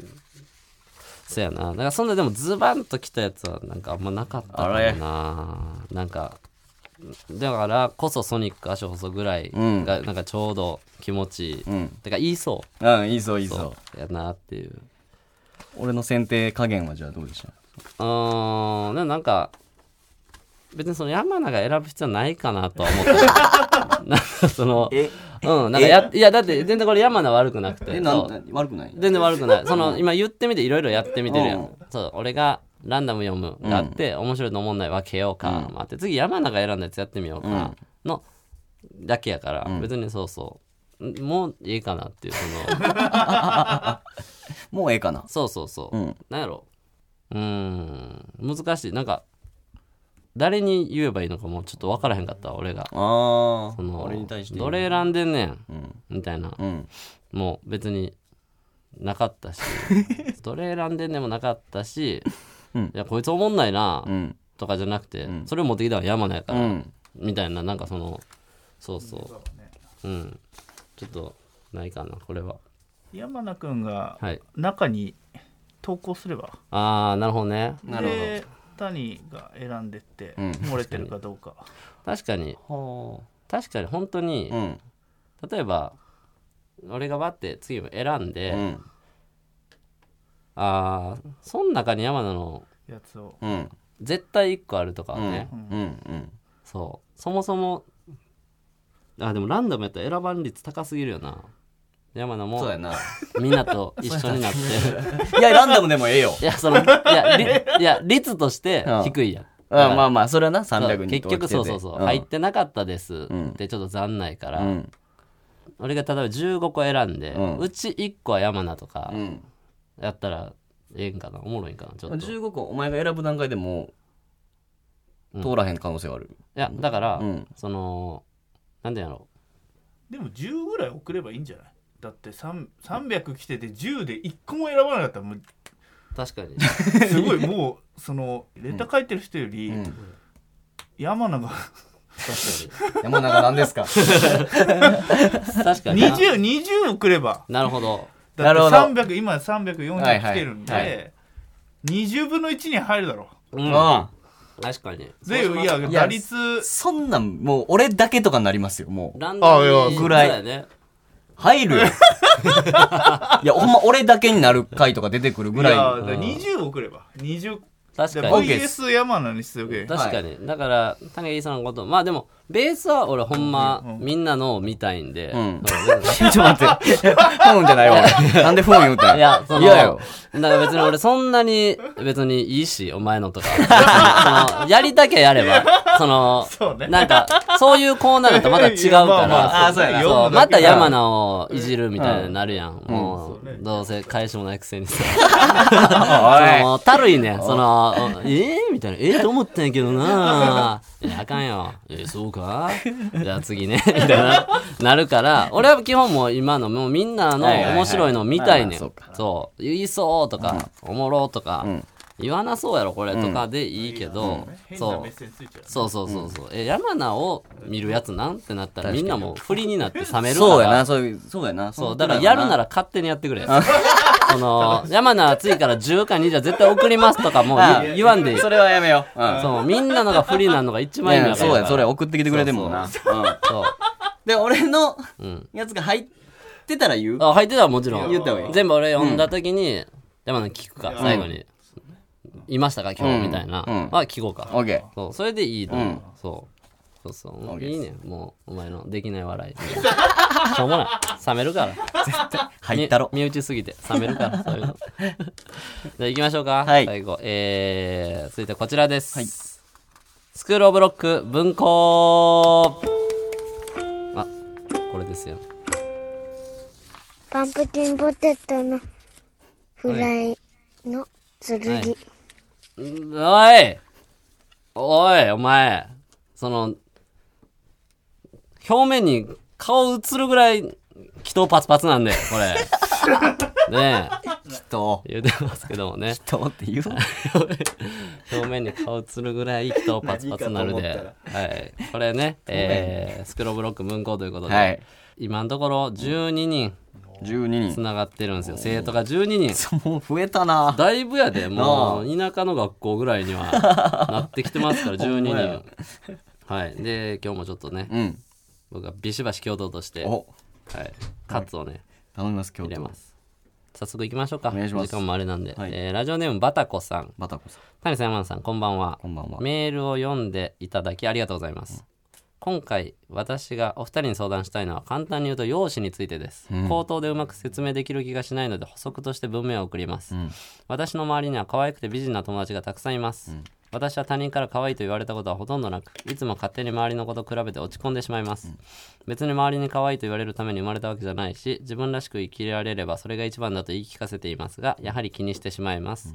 Speaker 2: そやなだからそんなでもズバンと来たやつはなんかあんまなかったか
Speaker 3: あ
Speaker 2: ら
Speaker 3: れ
Speaker 2: ななんかだからこそソニック足細ぐらい
Speaker 3: ん
Speaker 2: がなんかちょうど気持ちいい、
Speaker 3: うん
Speaker 2: てか言いそ
Speaker 3: うんいいぞいいうぞ
Speaker 2: そうやなっていう
Speaker 3: 俺の選定加減はじゃあどうでした
Speaker 2: うーんでもなんか別にその山名が選ぶ必要ないかなとは思った なんかそのうんなんかやいやだって全然これ山名悪くなくて
Speaker 3: え
Speaker 2: そ
Speaker 3: な
Speaker 2: うん
Speaker 3: 悪くない
Speaker 2: 全然悪くない。その、今言ってみていろいろやってみてるや
Speaker 3: うんん。
Speaker 2: そう、俺がランダム読むがあって、面白いと思んない分けようか、もあって、次山名が選んだやつやってみようか、の、だけやから、別にそうそう。んもういいかなっていう、その、
Speaker 3: もうええかな
Speaker 2: そうそうそう。
Speaker 3: うん
Speaker 2: なんやろ。うーん、難しい。なんか、誰に言えばいいのかもうちょっと分からへんかった、俺が。
Speaker 3: ああ
Speaker 2: その
Speaker 3: 俺に対して
Speaker 2: どれ選んでんねん、
Speaker 3: ん
Speaker 2: みたいな。
Speaker 3: うん
Speaker 2: もう別になか ったしどれ選んでんでもなかったし、
Speaker 3: うん
Speaker 2: いやこいつおもんないな
Speaker 3: うん
Speaker 2: とかじゃなくて、それを持ってきたのは山名やか
Speaker 3: う
Speaker 2: ら、
Speaker 3: ん
Speaker 2: みたいななんかそのそうそううんちょっとないかなこれは
Speaker 4: 山名君が
Speaker 2: はい
Speaker 4: 中に投稿すれば、
Speaker 2: ああなるほどね
Speaker 3: なるほど
Speaker 4: で谷が選んでって、
Speaker 3: うん
Speaker 4: 漏れてるかどうか
Speaker 2: 確かに
Speaker 3: ほ
Speaker 2: 確かに本当に、
Speaker 3: ううん
Speaker 2: 例えば俺がバッて次を選んで、
Speaker 3: うん
Speaker 2: あーそん中に山名の
Speaker 4: やつを
Speaker 3: うん
Speaker 2: 絶対1個あるとかは
Speaker 3: うん
Speaker 2: ね、
Speaker 3: うん
Speaker 2: そうそもそもあでもランダムやったら選ばん率高すぎるよな山名
Speaker 3: うんそう
Speaker 2: も
Speaker 3: やな
Speaker 2: みんなと一緒になって
Speaker 3: いやランダムでもええよ
Speaker 2: いやそのいやりいや率として低いやん、
Speaker 3: うんまあまあそれはな
Speaker 2: そう結
Speaker 3: 300人とか来て
Speaker 2: 局
Speaker 3: て
Speaker 2: そうそうそう、
Speaker 3: ん
Speaker 2: 入ってなかったです
Speaker 3: うん
Speaker 2: ってちょっと残ないから、
Speaker 3: うん
Speaker 2: 俺が例えば15個選んで、
Speaker 3: う
Speaker 2: うんち1個は山名とか
Speaker 3: うん
Speaker 2: やったらええんかなおもろいんかなちょっと
Speaker 3: 15個お前が選ぶ段階でもう通らへん可能性がある
Speaker 2: いやだから、
Speaker 3: うん
Speaker 2: そのなんでやろ
Speaker 4: でも10ぐらい送ればいいんじゃないだって3 300来てて10で1個も選ばなかったらもう
Speaker 2: う確かに
Speaker 4: すごいもうそのレター書いてる人より
Speaker 3: うん
Speaker 4: 山名が
Speaker 2: 確
Speaker 3: 山中何ですか
Speaker 2: かに確かにな
Speaker 4: 2020送れば
Speaker 2: なるほど
Speaker 4: だ
Speaker 3: なるほど
Speaker 4: って300今
Speaker 3: はい
Speaker 4: 340
Speaker 3: はい
Speaker 4: 来てるんで、
Speaker 3: は
Speaker 4: 20分の1に入るだろ
Speaker 2: う
Speaker 3: うんん
Speaker 2: 確かに
Speaker 4: うでいや
Speaker 3: いや
Speaker 4: 打率
Speaker 3: そんなんもう俺だけとかになりますよもう
Speaker 2: ランダム
Speaker 4: あい
Speaker 2: に
Speaker 4: や
Speaker 3: ぐらい
Speaker 2: そうやね
Speaker 3: 入るよいやほんま俺だけになる回とか出てくるぐ
Speaker 4: い
Speaker 3: ら
Speaker 4: や
Speaker 3: い
Speaker 4: だから20送れば20
Speaker 2: 確
Speaker 4: で
Speaker 2: かに
Speaker 3: OK です
Speaker 4: VS 山名にしておけ
Speaker 2: 確かに、だから谷垣さんのことまあでもベースは俺ほんま、
Speaker 4: うん
Speaker 2: みんなのを見たいんで、
Speaker 3: うん
Speaker 2: そう
Speaker 3: ちょっと待って フォンじゃないわなんでフォン言うたん
Speaker 2: いやその
Speaker 3: 嫌よ
Speaker 2: だから別に俺そんなに別にいいしお前のとかそのやりたきゃやれ ばその
Speaker 4: そうね
Speaker 2: なんかそういうコーナーだとまた違うから
Speaker 4: いやまあま
Speaker 3: ああそうやな
Speaker 2: そう
Speaker 4: 読
Speaker 2: ま
Speaker 4: むだ
Speaker 2: た
Speaker 4: け
Speaker 2: 山名をいじるみたいになるやん、もう
Speaker 4: そうね
Speaker 2: どうせ返しもないくせにさそ
Speaker 3: お
Speaker 2: のたるいねんその「えー?」みたいな「えー?」と思ったんやけどな「いやあかんよえーそうかじゃあ次ね」 みたいななるから俺は基本もう今のもうみんなの
Speaker 3: はいはいはい
Speaker 2: 面白いの見たいねん
Speaker 3: まあまあそうか
Speaker 2: そう言いそうとかおもろとか
Speaker 3: ん
Speaker 2: 言わなそうやろこれとかでいいけど
Speaker 4: 変な
Speaker 2: そ
Speaker 4: メ
Speaker 2: う
Speaker 4: ッセージついちゃう
Speaker 2: そうそうそうそうえ山名を見るやつなんてなったらみんなもう振りになって冷め
Speaker 3: い
Speaker 2: る
Speaker 3: そう
Speaker 2: か
Speaker 3: やな
Speaker 2: ら
Speaker 3: そういうそうやな
Speaker 2: そうだからやるなら勝手にやって くれその山名は次から10か2じゃ絶対送りますとかもう
Speaker 3: ああ
Speaker 2: 言言わんでいい
Speaker 3: それはやめよううん
Speaker 2: そうみんなのが不利なのが一番
Speaker 3: い
Speaker 2: いいん
Speaker 3: やい
Speaker 2: だ
Speaker 3: や
Speaker 2: から
Speaker 3: そうやそれ送ってきてくれてもなうん
Speaker 2: そう
Speaker 3: で俺の
Speaker 2: うん
Speaker 3: やつが入ってたら言う
Speaker 2: あ入ってたらもちろん
Speaker 3: 言った方がいい
Speaker 2: 全部俺読んだ時に山名聞くか最後にいましたか今
Speaker 3: うん
Speaker 2: 日みたいな
Speaker 3: うん
Speaker 2: は聞こうか
Speaker 3: OK
Speaker 2: そうそれでいいと思う
Speaker 3: うん
Speaker 2: そうそうそ
Speaker 3: OK
Speaker 2: う
Speaker 3: です
Speaker 2: いいねもうお前のできない笑いしょうもない冷めるから
Speaker 3: 入ったろ
Speaker 2: み身内すぎて冷める からそういうのじゃあ行きましょうか、
Speaker 3: はい
Speaker 2: 最後えー、続いてこちらです、スクールオブロック文庫あこれですよ
Speaker 5: パンプキンポテトのフライの剣。
Speaker 2: はいんおいおいお前その表面に顔映るぐらい気筒パツパツなんでこ れね
Speaker 3: と
Speaker 2: え言うてますけどもね
Speaker 3: とって言う
Speaker 2: 表面に顔つるぐらい気筒パツパツなるで、はい、これね、えー、スクローブロック文庫ということで、
Speaker 3: はい
Speaker 2: 今のところ12人
Speaker 3: 12人
Speaker 2: つながってるんですよ生徒が12人
Speaker 3: もう増えたな
Speaker 2: だいぶやでもう田舎の学校ぐらいにはなってきてますから12
Speaker 3: ほんまや
Speaker 2: 人はいで今日もちょっとね
Speaker 3: うん
Speaker 2: 僕はビシバシ共同として、はい、
Speaker 3: お
Speaker 2: カツをね
Speaker 3: 頼みます今
Speaker 2: 入れ
Speaker 3: 日
Speaker 2: ます早速行きましょうか
Speaker 3: お願いします
Speaker 2: 時間もあれなんで、
Speaker 3: はい
Speaker 2: えーラジオネームバタコさん
Speaker 3: バタコさん
Speaker 2: 谷さん山田さんこんばんは
Speaker 3: こんばんは
Speaker 2: メールを読んでいただきありがとうございます。今回私がお二人に相談したいのは簡単に言うと容姿についてです、口頭でうまく説明できる気がしないので補足として文面を送ります、私の周りには可愛くて美人な友達がたくさんいます、私は他人から可愛いと言われたことはほとんどなくいつも勝手に周りのことと比べて落ち込んでしまいます、別に周りに可愛いと言われるために生まれたわけじゃないし自分らしく生きられればそれが一番だと言い聞かせていますがやはり気にしてしまいます、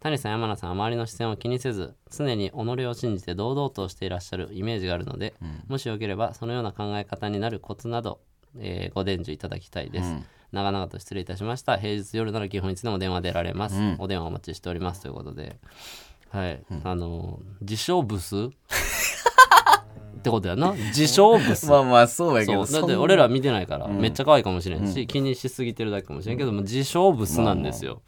Speaker 2: 谷さん山名さんは周りの視線を気にせず常に己を信じて堂々としていらっしゃるイメージがあるので、もしよければそのような考え方になるコツなど、えーご伝授いただきたいです、長々と失礼いたしました平日夜なら基本いつでも電話出られます、お電話お待ちしておりますということではい、あのー自称ブスってことやな自称ブス
Speaker 3: まあまあそうやけ
Speaker 2: そ
Speaker 3: ど
Speaker 2: うだって俺ら見てないから、めっちゃ可愛いかもしれんし、気にしすぎてるだけかもしれんけどもう自称ブスなんですよ、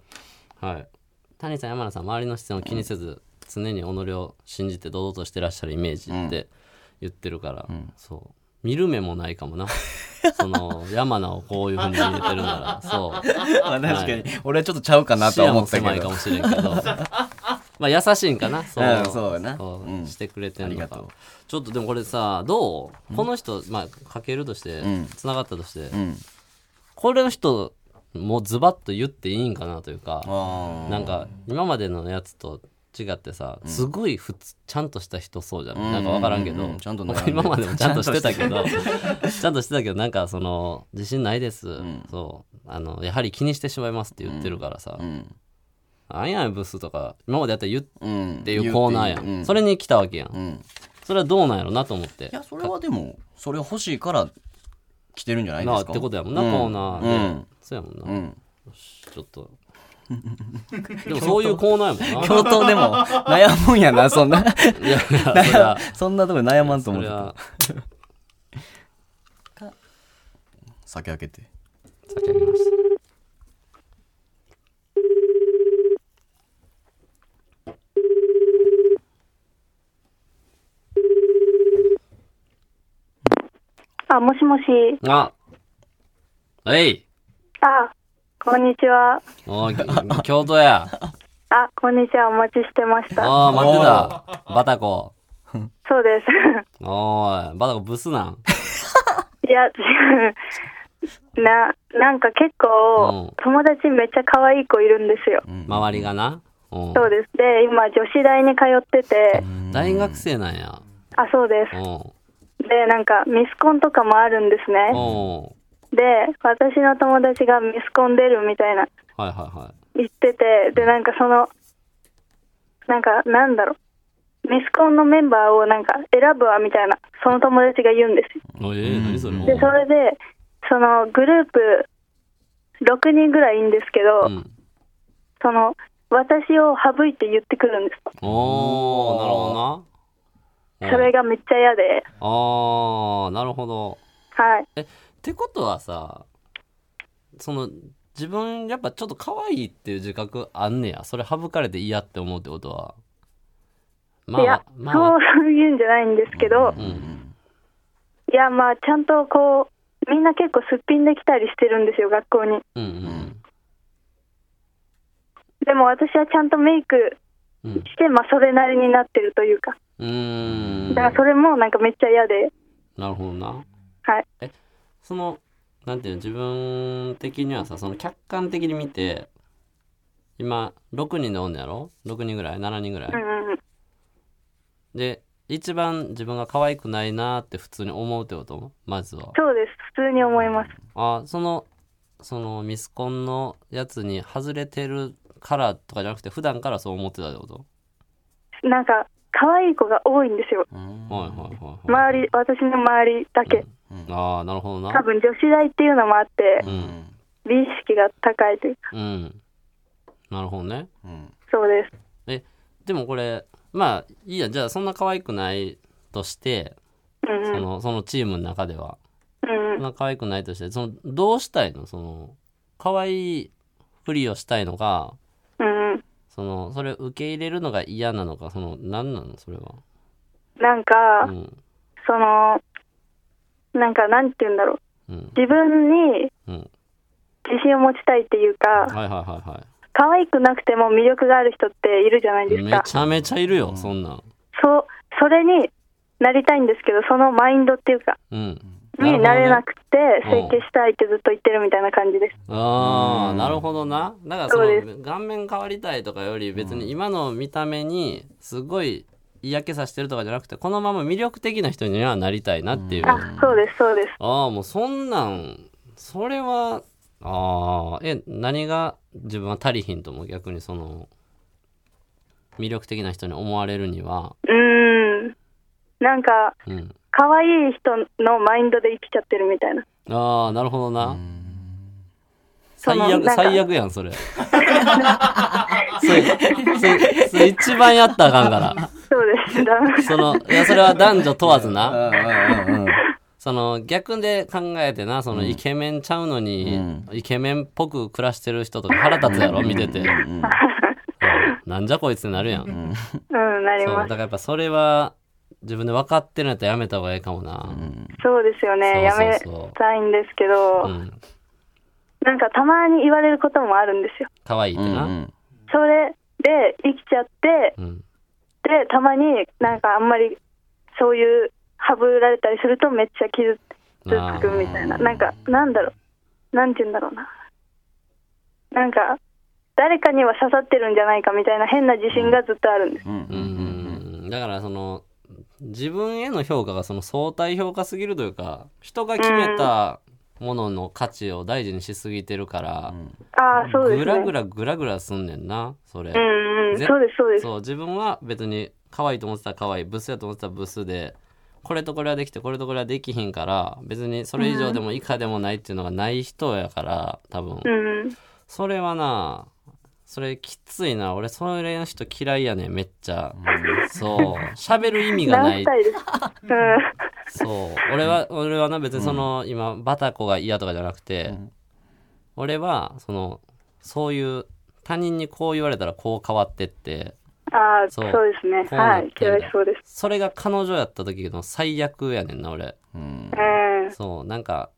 Speaker 2: はい谷さん山名さん周りの視線を気にせず、常に己を信じて堂々としてらっしゃるイメージって言ってるから、そう見る目もないかも なその山名をこういうふうに見えてるならそう
Speaker 3: まあ確かに、俺はちょっとちゃうか なと
Speaker 2: 視
Speaker 3: は
Speaker 2: 野
Speaker 3: 思
Speaker 2: も
Speaker 3: った
Speaker 2: 狭
Speaker 3: け
Speaker 2: いか
Speaker 3: ど
Speaker 2: もしれんけ どまあ優しいんかなそう,、
Speaker 3: うんそうやな
Speaker 2: そう
Speaker 3: うん
Speaker 2: してくれてる
Speaker 3: あ
Speaker 2: の
Speaker 3: りがと
Speaker 2: か
Speaker 3: う
Speaker 2: ちょっとでもこれさどうこの人、まあ、かけるとして
Speaker 3: ん
Speaker 2: つながったとして、
Speaker 3: うん
Speaker 2: これの人もうズバッと言っていいんかなというか
Speaker 3: あ
Speaker 2: なんか今までのやつと違ってさすごい普通ちゃんとした人そうじゃない、なんか分からんけど、
Speaker 3: うんうんうんちゃんと
Speaker 2: 僕
Speaker 3: 悩んで
Speaker 2: 今までもちゃんとしてたけど ちゃんとしてたけどなんかその自信ないです、
Speaker 3: ん
Speaker 2: そうあのやはり気にしてしまいますって言ってるからさ、
Speaker 3: ーうん
Speaker 2: あんやんブスとか今までやったら言っ
Speaker 3: うん
Speaker 2: ていうコーナーやん、
Speaker 3: 言うって
Speaker 2: そ
Speaker 3: いう
Speaker 2: れに来たわけやん、
Speaker 3: うんうん
Speaker 2: それはどうなんやろなと思って
Speaker 3: いやそれはでもそれ欲しいから来てるんじゃないで
Speaker 2: なあ
Speaker 3: す
Speaker 2: っ
Speaker 3: か
Speaker 2: てことやもんな、
Speaker 3: う
Speaker 2: コーナーで、そうやもんな、
Speaker 3: うんうん
Speaker 2: ちょっ とでもそういうコーナーやもんな
Speaker 3: 教頭で も悩むんやなそんな
Speaker 2: いやいやそれは
Speaker 3: そんなとこで悩まんと
Speaker 2: そ
Speaker 3: 思っ
Speaker 2: れ
Speaker 3: てた
Speaker 2: は
Speaker 3: 酒開けて
Speaker 2: 叫びまし
Speaker 5: あ、もしもし。
Speaker 2: たあえい
Speaker 5: あ、こんにちは。
Speaker 2: おい京都や
Speaker 5: あ、こんにちは。お待ちしてました。
Speaker 2: ああ待ってたバタコ
Speaker 5: そうです。
Speaker 2: おいバタコブスなん
Speaker 5: いや、違う。な、なんか結
Speaker 2: う
Speaker 5: 構
Speaker 2: ん、
Speaker 5: 友達めっちゃ可愛い子いるんですよ。
Speaker 2: 周りがなうん
Speaker 5: そうです。で、今、女子大に通ってて、
Speaker 2: 大学生なんや
Speaker 5: あ、そうで
Speaker 2: うん
Speaker 5: す。で、なんか、ミスコンとかもあるんですね。
Speaker 2: うん
Speaker 5: で、私の友達がミスコン出るみたいな
Speaker 2: はいはいは
Speaker 5: 言ってて、で、なんかその、なんか、なんだろう、ミスコンのメンバーをなんか選ぶわみたいな、その友達が言うんです
Speaker 2: い
Speaker 5: よ。
Speaker 2: おいえー何それ
Speaker 5: で、それで、そのグループ6人ぐらいいいんですけど、
Speaker 2: うん
Speaker 5: その、私を省いて言ってくるんです。
Speaker 2: おーなるほどな
Speaker 5: それ
Speaker 2: が
Speaker 5: がめっちゃ嫌で、
Speaker 2: ああなるほど
Speaker 5: はい。
Speaker 2: ってことはさその自分やっぱちょっと可愛いっていう自覚あんねやそれ省かれて嫌って思うってことはま
Speaker 5: いや、
Speaker 2: まあ
Speaker 5: そういうんじゃないんですけど、
Speaker 2: うん
Speaker 5: いや、まあ、ちゃんとこう、みんな結構すっぴんできたりしてるんですよ、学校に。
Speaker 2: うんうん
Speaker 5: でも私はちゃんとメイク
Speaker 2: うん
Speaker 5: して、まあ、それなりになってるというか。
Speaker 2: うーん
Speaker 5: だからそれもなんかめっちゃ嫌で、
Speaker 2: なるほどな
Speaker 5: はい。
Speaker 2: そのなんていうの自分的にはさその客観的に見て今6人でおんのやろ6人ぐらい7人ぐらい、
Speaker 5: うんうんうん。
Speaker 2: で一番自分が可愛くないなーって普通に思うってことまずは
Speaker 5: そうです。普通に思います。
Speaker 2: あそのそのミスコンのやつに外れてるからとかじゃなくて普段からそう思ってたってこと、
Speaker 5: なんか、可愛い子が多いんですよ。
Speaker 2: はいはいはい、はい、
Speaker 5: 周り、私の周りだけ。
Speaker 2: ああなるほど
Speaker 5: 多
Speaker 2: な
Speaker 5: 分女子大っていうのもあって
Speaker 2: う、ん
Speaker 5: 美意識が高いというか。
Speaker 2: うんなるほどね
Speaker 5: そうです。
Speaker 2: でもこれまあいいやじゃあそんな可愛くないとして
Speaker 5: うん
Speaker 2: そ
Speaker 5: うん。
Speaker 2: のそのチームの中では
Speaker 5: うんう
Speaker 2: そん
Speaker 5: ん。
Speaker 2: な可愛くないとしてそのどうしたいのその可愛いふりをしたいのか
Speaker 5: うんうん。
Speaker 2: そのそれを受け入れるのが嫌なのかその何なのそれは
Speaker 5: なんか、
Speaker 2: うん
Speaker 5: その、なんか、なんて言うんだろう。
Speaker 2: うん
Speaker 5: 自分に
Speaker 2: うん
Speaker 5: 自信を持ちたいっていうか、
Speaker 2: はいはいはいはい
Speaker 5: 可愛くなくても魅力がある人っているじゃないです
Speaker 2: め
Speaker 5: か。
Speaker 2: ちゃめちゃいるよ、そんなん。
Speaker 5: そう、それになりたいんですけど、そのマインドっていうか、
Speaker 2: うん。
Speaker 5: になれな
Speaker 2: く
Speaker 5: くて、整形したいってずっと言ってるみたいな感じです。
Speaker 2: ああ、なるほどな。だからそ
Speaker 5: そう
Speaker 2: の顔面変わりたいとかより別に今の見た目にすごい嫌気さしてるとかじゃなくてこのまま魅力的な人にはなりたいなっていう。あ
Speaker 5: あ、そうです、そうです。
Speaker 2: あー、もうそんなん、それは、ああ、え、何が自分は足りひんとも逆にその、魅力的な人に思われるには、
Speaker 5: うーん。なんか、
Speaker 2: うん。
Speaker 5: 可愛い人のマインドで生きちゃってるみたいな。
Speaker 2: ああ、なるほどな。
Speaker 5: そ
Speaker 2: 最
Speaker 5: の
Speaker 2: 悪、
Speaker 5: なんか
Speaker 2: 最悪やん、それ。それ、それそれ一番やったらあかんから。
Speaker 5: そう です。だめ
Speaker 2: その、いや、それは男女問わずな。
Speaker 3: うんうんうん
Speaker 2: その、逆で考えてな、その、イケメンちゃうのに、イケメンっぽく暮らしてる人とか腹立つやろ、見てて。うんなんじゃこいつになるやん。
Speaker 5: うん、なり
Speaker 2: そう、だか
Speaker 5: ます。
Speaker 2: らやっぱそれは、自分で分かってるんやったらやめた方がいいかもな。
Speaker 5: そうですよね。やめ
Speaker 2: そうそうそう
Speaker 5: たいんですけど、
Speaker 2: うん。
Speaker 5: なんかたまに言われることもあるんですよ。
Speaker 2: 可愛いって
Speaker 3: うん
Speaker 2: な。
Speaker 3: うん
Speaker 5: それで生きちゃって、
Speaker 2: うん。
Speaker 5: で、たまになんかあんまりそういう、はぶられたりするとめっちゃ傷つくみたいな。なんか、なんだろう。なんて言うんだろうな。なんか、誰かには刺さってるんじゃないかみたいな変な自信がずっとあるんです。
Speaker 3: うんうん
Speaker 2: う
Speaker 3: うん
Speaker 2: ん。だからその、自分への評価がその相対評価すぎるというか、人が決めたものの価値を大事にしすぎてるから、
Speaker 5: ああ、そうですね。
Speaker 2: ぐらぐらぐらぐらすんねんな、それ。
Speaker 5: うんうん、
Speaker 2: ぜ
Speaker 5: そうです、そうです。
Speaker 2: そう自分は別に可愛いと思ってたら可愛いブスやと思ってたらブスでこれとこれはできてこれとこれはできひんから別にそれ以上でも以下でもないっていうのがない人やから多分
Speaker 5: うんうん。
Speaker 2: それはなそれきついな俺それの人嫌いやねんめっちゃそう喋る意味がな
Speaker 5: 何
Speaker 2: い
Speaker 5: 歳 です。うん。
Speaker 2: そう俺は俺はな別にその、今バタコが嫌とかじゃなくて、俺はそのそういう他人にこう言われたらこう変わってって
Speaker 5: ああ、そ
Speaker 2: そうう
Speaker 5: ですね。
Speaker 2: こうな
Speaker 5: は
Speaker 2: って
Speaker 5: い
Speaker 2: ん。だ
Speaker 5: 嫌いそうです。
Speaker 2: それが彼女やった時の最悪やねんな俺
Speaker 3: うん
Speaker 5: うん。
Speaker 2: そうなんか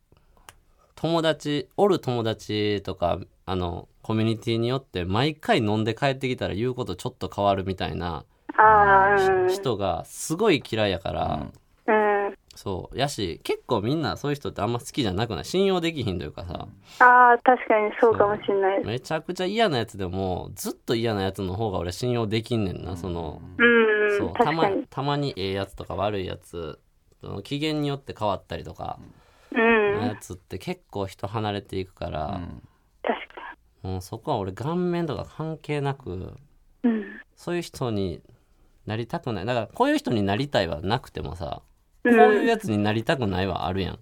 Speaker 2: 友達おる友達とかあのコミュニティによって毎回飲んで帰ってきたら言うことちょっと変わるみたいな
Speaker 5: ああ、うん。
Speaker 2: 人がすごい嫌いやから、
Speaker 5: うん。
Speaker 2: そうやし結構みんなそういう人ってあんま好きじゃなくない信用できひんというかさ
Speaker 5: ああ、確かにそうかもしれないです。
Speaker 2: めちゃくちゃ嫌なやつでもずっと嫌なやつの方が俺信用できんねんなその
Speaker 5: うんう
Speaker 2: そ
Speaker 5: ん。
Speaker 2: うた
Speaker 5: 確
Speaker 2: ま
Speaker 5: かに。
Speaker 2: たまにええやつとか悪いやつその機嫌によって変わったりとか
Speaker 5: うん。
Speaker 2: のや
Speaker 5: 確
Speaker 2: つって結構人離れていくから、
Speaker 5: か
Speaker 2: もうそこは俺顔面とか関係なく
Speaker 5: に。うん。
Speaker 2: そういう人になりたくないだからこういう人になりたいはなくてもさこ
Speaker 5: う
Speaker 2: うんいうやつになりたくないはあるやん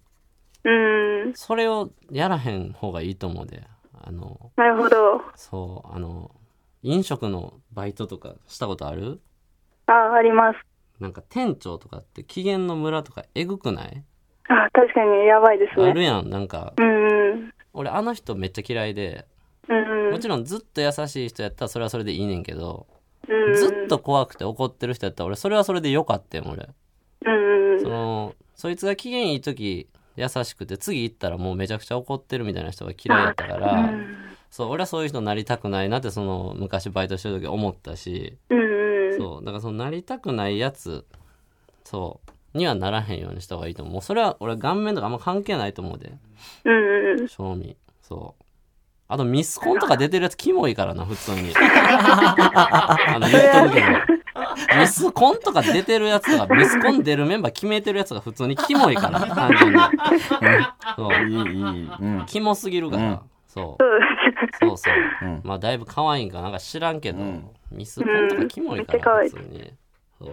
Speaker 5: うん。
Speaker 2: それをやらへん方がいいと思うであの
Speaker 5: なるほど。
Speaker 2: そうあの飲食のバイトとかしたことある
Speaker 5: ああ、あります。
Speaker 2: なんか店長とかって機嫌の村とかえぐくない
Speaker 5: ああ、確かにやばいです
Speaker 2: ある
Speaker 5: ね。
Speaker 2: やんなんか
Speaker 5: うんうん。
Speaker 2: 俺あの人めっちゃ嫌いで
Speaker 5: うんう
Speaker 2: も
Speaker 5: ん。
Speaker 2: ちろんずっと優しい人やったらそれはそれでいいねんけど
Speaker 5: うん
Speaker 2: ずっと怖くて怒ってる人やったら俺それはそれでよかったよ俺
Speaker 5: うんうん
Speaker 2: そ。のそいつが機嫌いい時優しくて次行ったらもうめちゃくちゃ怒ってるみたいな人が嫌いだったから、そう俺はそういう人になりたくないなってその昔バイトしてる時思ったし、
Speaker 5: うんうん。
Speaker 2: そうだからそのなりたくないやつそうにはならへんようにした方がいいと思うそれは俺顔面とかあんま関係ないと思うで
Speaker 5: うんうん。
Speaker 2: 正味そうあとミスコンとか出てるやつキモいからな普通にあの言っとくけどミスコンとか出てるやつとかミスコン出るメンバー決めてるやつが普通にキモいから単純にそう
Speaker 3: いいいいうん
Speaker 2: キモすぎるから、
Speaker 3: うん
Speaker 2: そう
Speaker 5: そう
Speaker 2: そうそう、
Speaker 3: うん
Speaker 2: まあだいぶ可愛いんかなんか知らんけど、
Speaker 3: うん
Speaker 2: ミスコンとかキモいか
Speaker 5: うんめっちゃ可
Speaker 2: ら
Speaker 5: 愛い
Speaker 2: 普通にそ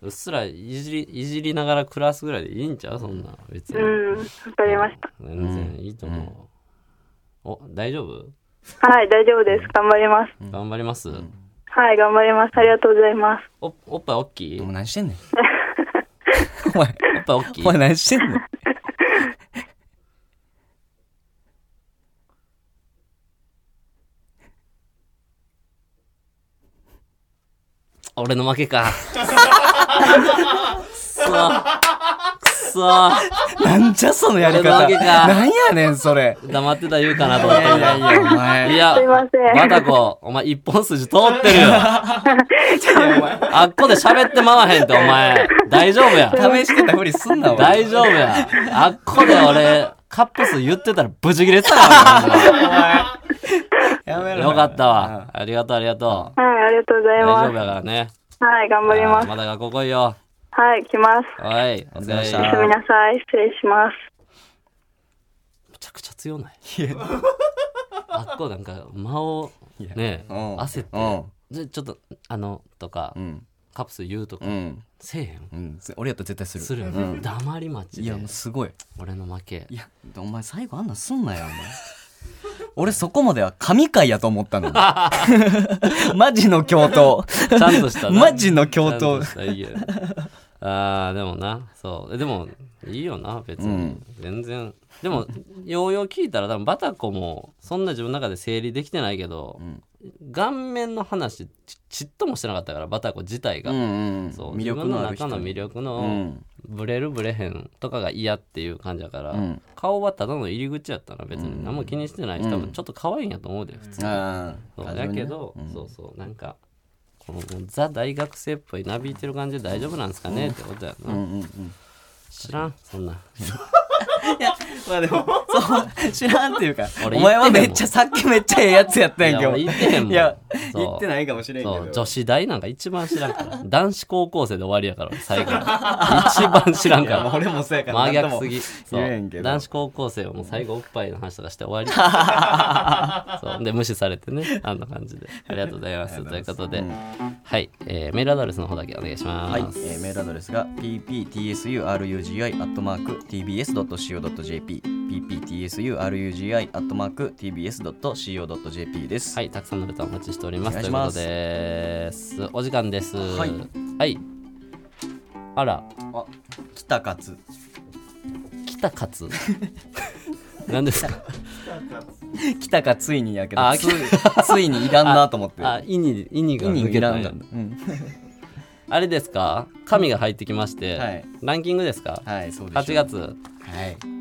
Speaker 2: ううっすらいじりいじりながら暮らすぐらいでいいんちゃうそんな別に、
Speaker 5: です。うん。わかりました。
Speaker 2: 全然いいと思う、お大丈夫
Speaker 5: はい、大丈夫です。頑張ります。
Speaker 2: 頑張ります、
Speaker 5: はい、頑張ります。ありがとうございます。
Speaker 2: おおっぱい大きい
Speaker 3: お
Speaker 2: お
Speaker 3: 前
Speaker 2: っ
Speaker 3: 何して んねんお前
Speaker 2: ぱい大きい
Speaker 3: お前何してんねん
Speaker 2: 俺の負け かくそくそ
Speaker 3: なんじゃそのやり
Speaker 2: 俺の
Speaker 3: 方
Speaker 2: わけか
Speaker 3: なんやねんそれ
Speaker 2: 黙ってた言うかなと思ったいやい
Speaker 3: いや
Speaker 2: い
Speaker 3: お前
Speaker 5: すいま
Speaker 2: や
Speaker 5: せ
Speaker 2: バ
Speaker 5: ん。
Speaker 2: タコお前一本筋通ってる よあっこで喋ってまわへんってお前大丈夫や
Speaker 3: 試してたふりすんなお前
Speaker 2: 大丈夫やあっこで俺カップ数言ってたらブチ切れてたから
Speaker 3: やめ
Speaker 2: な
Speaker 3: ろ
Speaker 2: よかったわありがとうありがとう
Speaker 5: はい、ありがとうござい
Speaker 2: 大丈夫
Speaker 5: ま
Speaker 2: やからね
Speaker 5: す。はい、頑張ります。
Speaker 2: まだ学校来いよ
Speaker 5: はい、来ます。
Speaker 2: はいお疲れ
Speaker 3: お疲れ様でした
Speaker 5: おやすみなさい。失礼します。
Speaker 2: めちゃくちゃ強ないあっこなんか間をね
Speaker 3: うん
Speaker 2: 焦って
Speaker 3: う
Speaker 2: でちょっと「あの」とか、
Speaker 3: んうん
Speaker 2: カプス言うとか、
Speaker 3: うん
Speaker 2: せえへん
Speaker 3: うん俺やったら絶対する
Speaker 2: するよ、
Speaker 3: う
Speaker 2: ね
Speaker 3: ん
Speaker 2: 黙り待ち
Speaker 3: いや
Speaker 2: で
Speaker 3: もうすごい
Speaker 2: 俺の負け
Speaker 3: いやお前最後あんなんすんなよお前俺そこまでは神回やと思ったのに マジの教頭
Speaker 2: ちゃんとしたな
Speaker 3: マジの教
Speaker 2: ちゃん
Speaker 3: 頭
Speaker 2: としたいいよあーでもなそうえでもいいよな別に、
Speaker 3: うん
Speaker 2: 全然でもようよう聞いたら多分バタコもそんな自分の中で整理できてないけど、顔面の話ちちっともしてなかったからバタコ自体が、
Speaker 3: うんうん
Speaker 2: そう
Speaker 3: 魅
Speaker 2: 自
Speaker 3: 力
Speaker 2: 分の
Speaker 3: のある人
Speaker 2: 中の魅力
Speaker 3: う
Speaker 2: の
Speaker 3: ん
Speaker 2: ブレるブレへんとかが嫌っていう感じやから、
Speaker 3: うん
Speaker 2: 顔はただの入り口やったら別に何も気にしてない人、多分ちょっと可愛いんやと思うで普通、
Speaker 3: ああ
Speaker 2: そうだけど、そうそうなんかこのザ大学生っぽいなびいてる感じで大丈夫なんですかねってことやな、
Speaker 3: うんうんうん
Speaker 2: 知らんそんない
Speaker 3: やまあでも そう知らんっていうか
Speaker 2: 俺
Speaker 3: お前は
Speaker 2: 言ってへん
Speaker 3: め
Speaker 2: もん
Speaker 3: っちゃさっきめっちゃええやつやったんやけど
Speaker 2: いや俺言ってへんもん
Speaker 3: いや
Speaker 2: そう
Speaker 3: 言ってないかもしれんけ
Speaker 2: そう
Speaker 3: ど
Speaker 2: 女子大なんか一番知らんから男子高校生で終わりやから俺最後一番知らん
Speaker 3: い
Speaker 2: か
Speaker 3: やまあ
Speaker 2: ら
Speaker 3: 俺もそうやから
Speaker 2: 真
Speaker 3: なんとも
Speaker 2: 逆すぎそ
Speaker 3: 言えんけ
Speaker 2: う
Speaker 3: ど
Speaker 2: 男子高校生はもう最後おっぱいの話とかして終わり そうで無視されてねあんな感じでありがとうございますということで、
Speaker 3: うん
Speaker 2: はい、えーメールアドレスの方だけお願いします、
Speaker 3: はい、えーメールアドレスが pptsurugi.tbs.co.jp pptsurugi.tbs.co.jp です。
Speaker 2: はい、たくさんのレターお待ちしております。
Speaker 3: お願い
Speaker 2: とい
Speaker 3: し
Speaker 2: うこ
Speaker 3: ま
Speaker 2: と
Speaker 3: す
Speaker 2: です。お時間です。はいあら、
Speaker 3: あ、北勝。
Speaker 2: 北 勝。何ですか。
Speaker 3: 北がついにやけど、
Speaker 2: あ
Speaker 3: ついついにいらんなと思って。
Speaker 2: あ、意に、意にが抜
Speaker 3: い
Speaker 2: け
Speaker 3: ら
Speaker 2: た
Speaker 3: ん
Speaker 2: ん
Speaker 3: だ。
Speaker 2: や
Speaker 3: うん
Speaker 2: あれですか。紙が入ってきまして、
Speaker 3: はい
Speaker 2: ランキングですか。
Speaker 3: はい、そうです。
Speaker 2: 8。月、
Speaker 3: はい、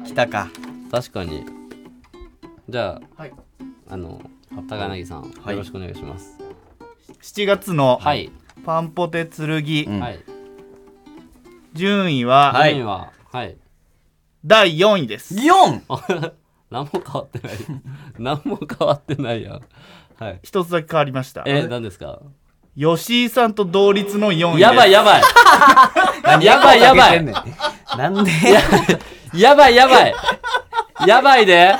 Speaker 3: 北か。
Speaker 2: 確かに。じゃあ、
Speaker 4: はい
Speaker 2: あの、高柳さん、
Speaker 3: はい
Speaker 2: よろしくお願いします。
Speaker 4: 7月の
Speaker 2: はい、
Speaker 4: パンポテ
Speaker 3: うん
Speaker 4: 剣
Speaker 2: はい、
Speaker 4: 順位は
Speaker 3: はい
Speaker 2: 順位は、はい。
Speaker 4: 第4位です
Speaker 3: 四。
Speaker 2: あ何も変わってない。何も変わってないやん。はい。
Speaker 4: 一つだけ変わりました
Speaker 2: え、何ですか
Speaker 4: 吉井さんと同率の4位です
Speaker 2: やばいやばいやばいやばい
Speaker 3: なんで。
Speaker 2: やばいやばいやばいで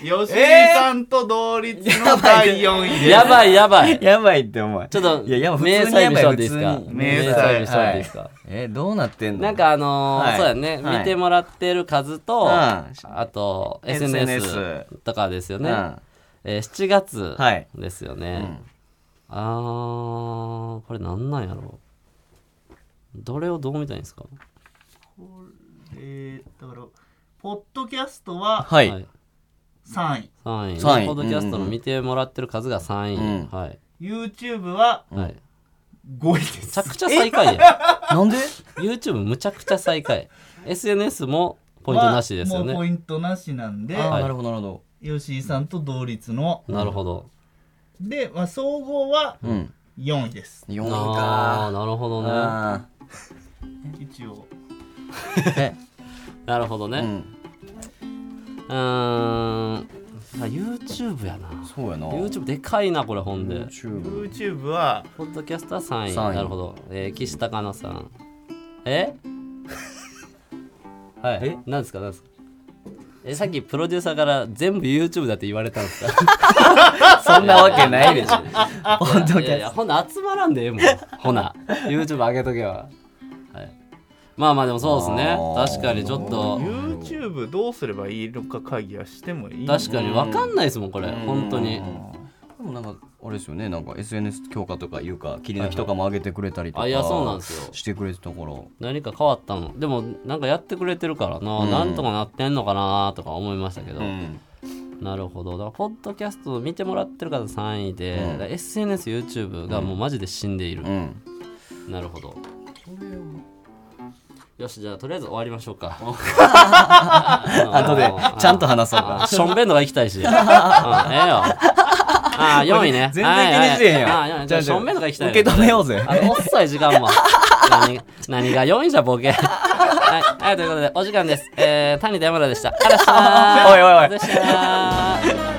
Speaker 4: 吉井さんと同率の第4位です
Speaker 2: やばいやばい
Speaker 3: やばいってお前。
Speaker 2: ちょっと
Speaker 3: いやいや普通に
Speaker 2: 明細見しとっていいです
Speaker 3: や
Speaker 2: か
Speaker 3: ばい普通に
Speaker 2: 明細見しとっていいですか
Speaker 3: え、どうなってんの。
Speaker 2: なんかあの
Speaker 3: は
Speaker 2: ー
Speaker 3: い
Speaker 2: そうやね
Speaker 3: はい
Speaker 2: 見てもらってる数
Speaker 3: うん、
Speaker 2: とあ
Speaker 3: う
Speaker 2: と
Speaker 3: SNS
Speaker 2: SNS とかですよ
Speaker 3: ん
Speaker 2: ねえー7月
Speaker 3: はい
Speaker 2: ですよねあーこれなんなんやろうどれをどう見たいんですか
Speaker 4: えーだからポッドキャストは
Speaker 3: は
Speaker 2: はい
Speaker 3: い。
Speaker 4: 3位
Speaker 2: 3位
Speaker 3: 三位
Speaker 2: ポッドキャストの見てもらってる数が3位
Speaker 3: う
Speaker 2: はい
Speaker 4: YouTube は
Speaker 2: はい
Speaker 4: 5位
Speaker 2: む
Speaker 4: です
Speaker 2: ちゃくちゃ最下位や。
Speaker 3: なんで。
Speaker 2: YouTube むちゃくちゃ最下位。SNS もポイントなしですよ
Speaker 4: はもうポ
Speaker 2: ね。
Speaker 4: イントなしなんで
Speaker 3: あー
Speaker 2: はい
Speaker 3: なるほど、なるほど。
Speaker 4: 吉井さんと同率の
Speaker 2: なるほど。
Speaker 4: で、まあ、総合は
Speaker 3: うん。
Speaker 4: 4位です
Speaker 3: 四
Speaker 2: ああ、
Speaker 3: か。
Speaker 2: なるほどね。
Speaker 3: あ
Speaker 4: 一応
Speaker 3: ーえ
Speaker 2: なるほどね。
Speaker 3: う。
Speaker 2: うんーん。あ YouTube やな。
Speaker 3: そうやな。
Speaker 2: YouTube でかいな、これ、ほんで。
Speaker 3: YouTube。
Speaker 4: YouTube は
Speaker 2: ポッドキャストは3位。
Speaker 3: 三位
Speaker 2: なるほど。えー、岸高菜さん。え はい。え何ですか何ですかえ、さっきプロデューサーから全部 YouTube だって言われたんですか
Speaker 3: そんなわけないでしょ。ポッド
Speaker 2: い
Speaker 3: キ
Speaker 2: や
Speaker 3: ャ
Speaker 2: いや
Speaker 3: ス
Speaker 2: ほな集まらんでええもんほな YouTube 上げとけばはいまあまあでもそうですね
Speaker 3: あー
Speaker 2: 確かにちょっと
Speaker 4: YouTube どうすればいいのか会議はしてもいい
Speaker 2: 確か
Speaker 4: に
Speaker 2: に分かんないですもんこれ本当に
Speaker 3: ト。でもなんかあれですよね、なんか SNS 強化とかいうか、切り抜きとかも上げてくれたりとか、
Speaker 2: あいやそうなんですよ
Speaker 3: してくれてたから。
Speaker 2: 何か変わったのでもなんかやってくれてるからな、なんとかなってんのかなとか思いましたけど、
Speaker 3: うん。
Speaker 2: なるほどだからポッドキャストを見てもらってる方3位で、だから SNSYouTube がもうマジで死んでいる、
Speaker 3: うん。
Speaker 2: なるほどよしじゃあとりあえず終わりましょう か
Speaker 3: あと
Speaker 2: 後
Speaker 3: で、ちゃんと話そう
Speaker 2: あ
Speaker 3: か。
Speaker 2: ションベンとか行きたい し。うんええよ。あ4位ね。
Speaker 3: 全然気にしてへんやん
Speaker 2: はいはいあ4位じゃあションベンとか行きたいね。
Speaker 3: 受け止めようぜ
Speaker 2: あの、遅い時間も。何が何が4位じゃボケ。はい、 はい、ということで、お時間です。えー、谷田山田でした。あらっしゃー。
Speaker 3: おいおいおい
Speaker 2: でしたー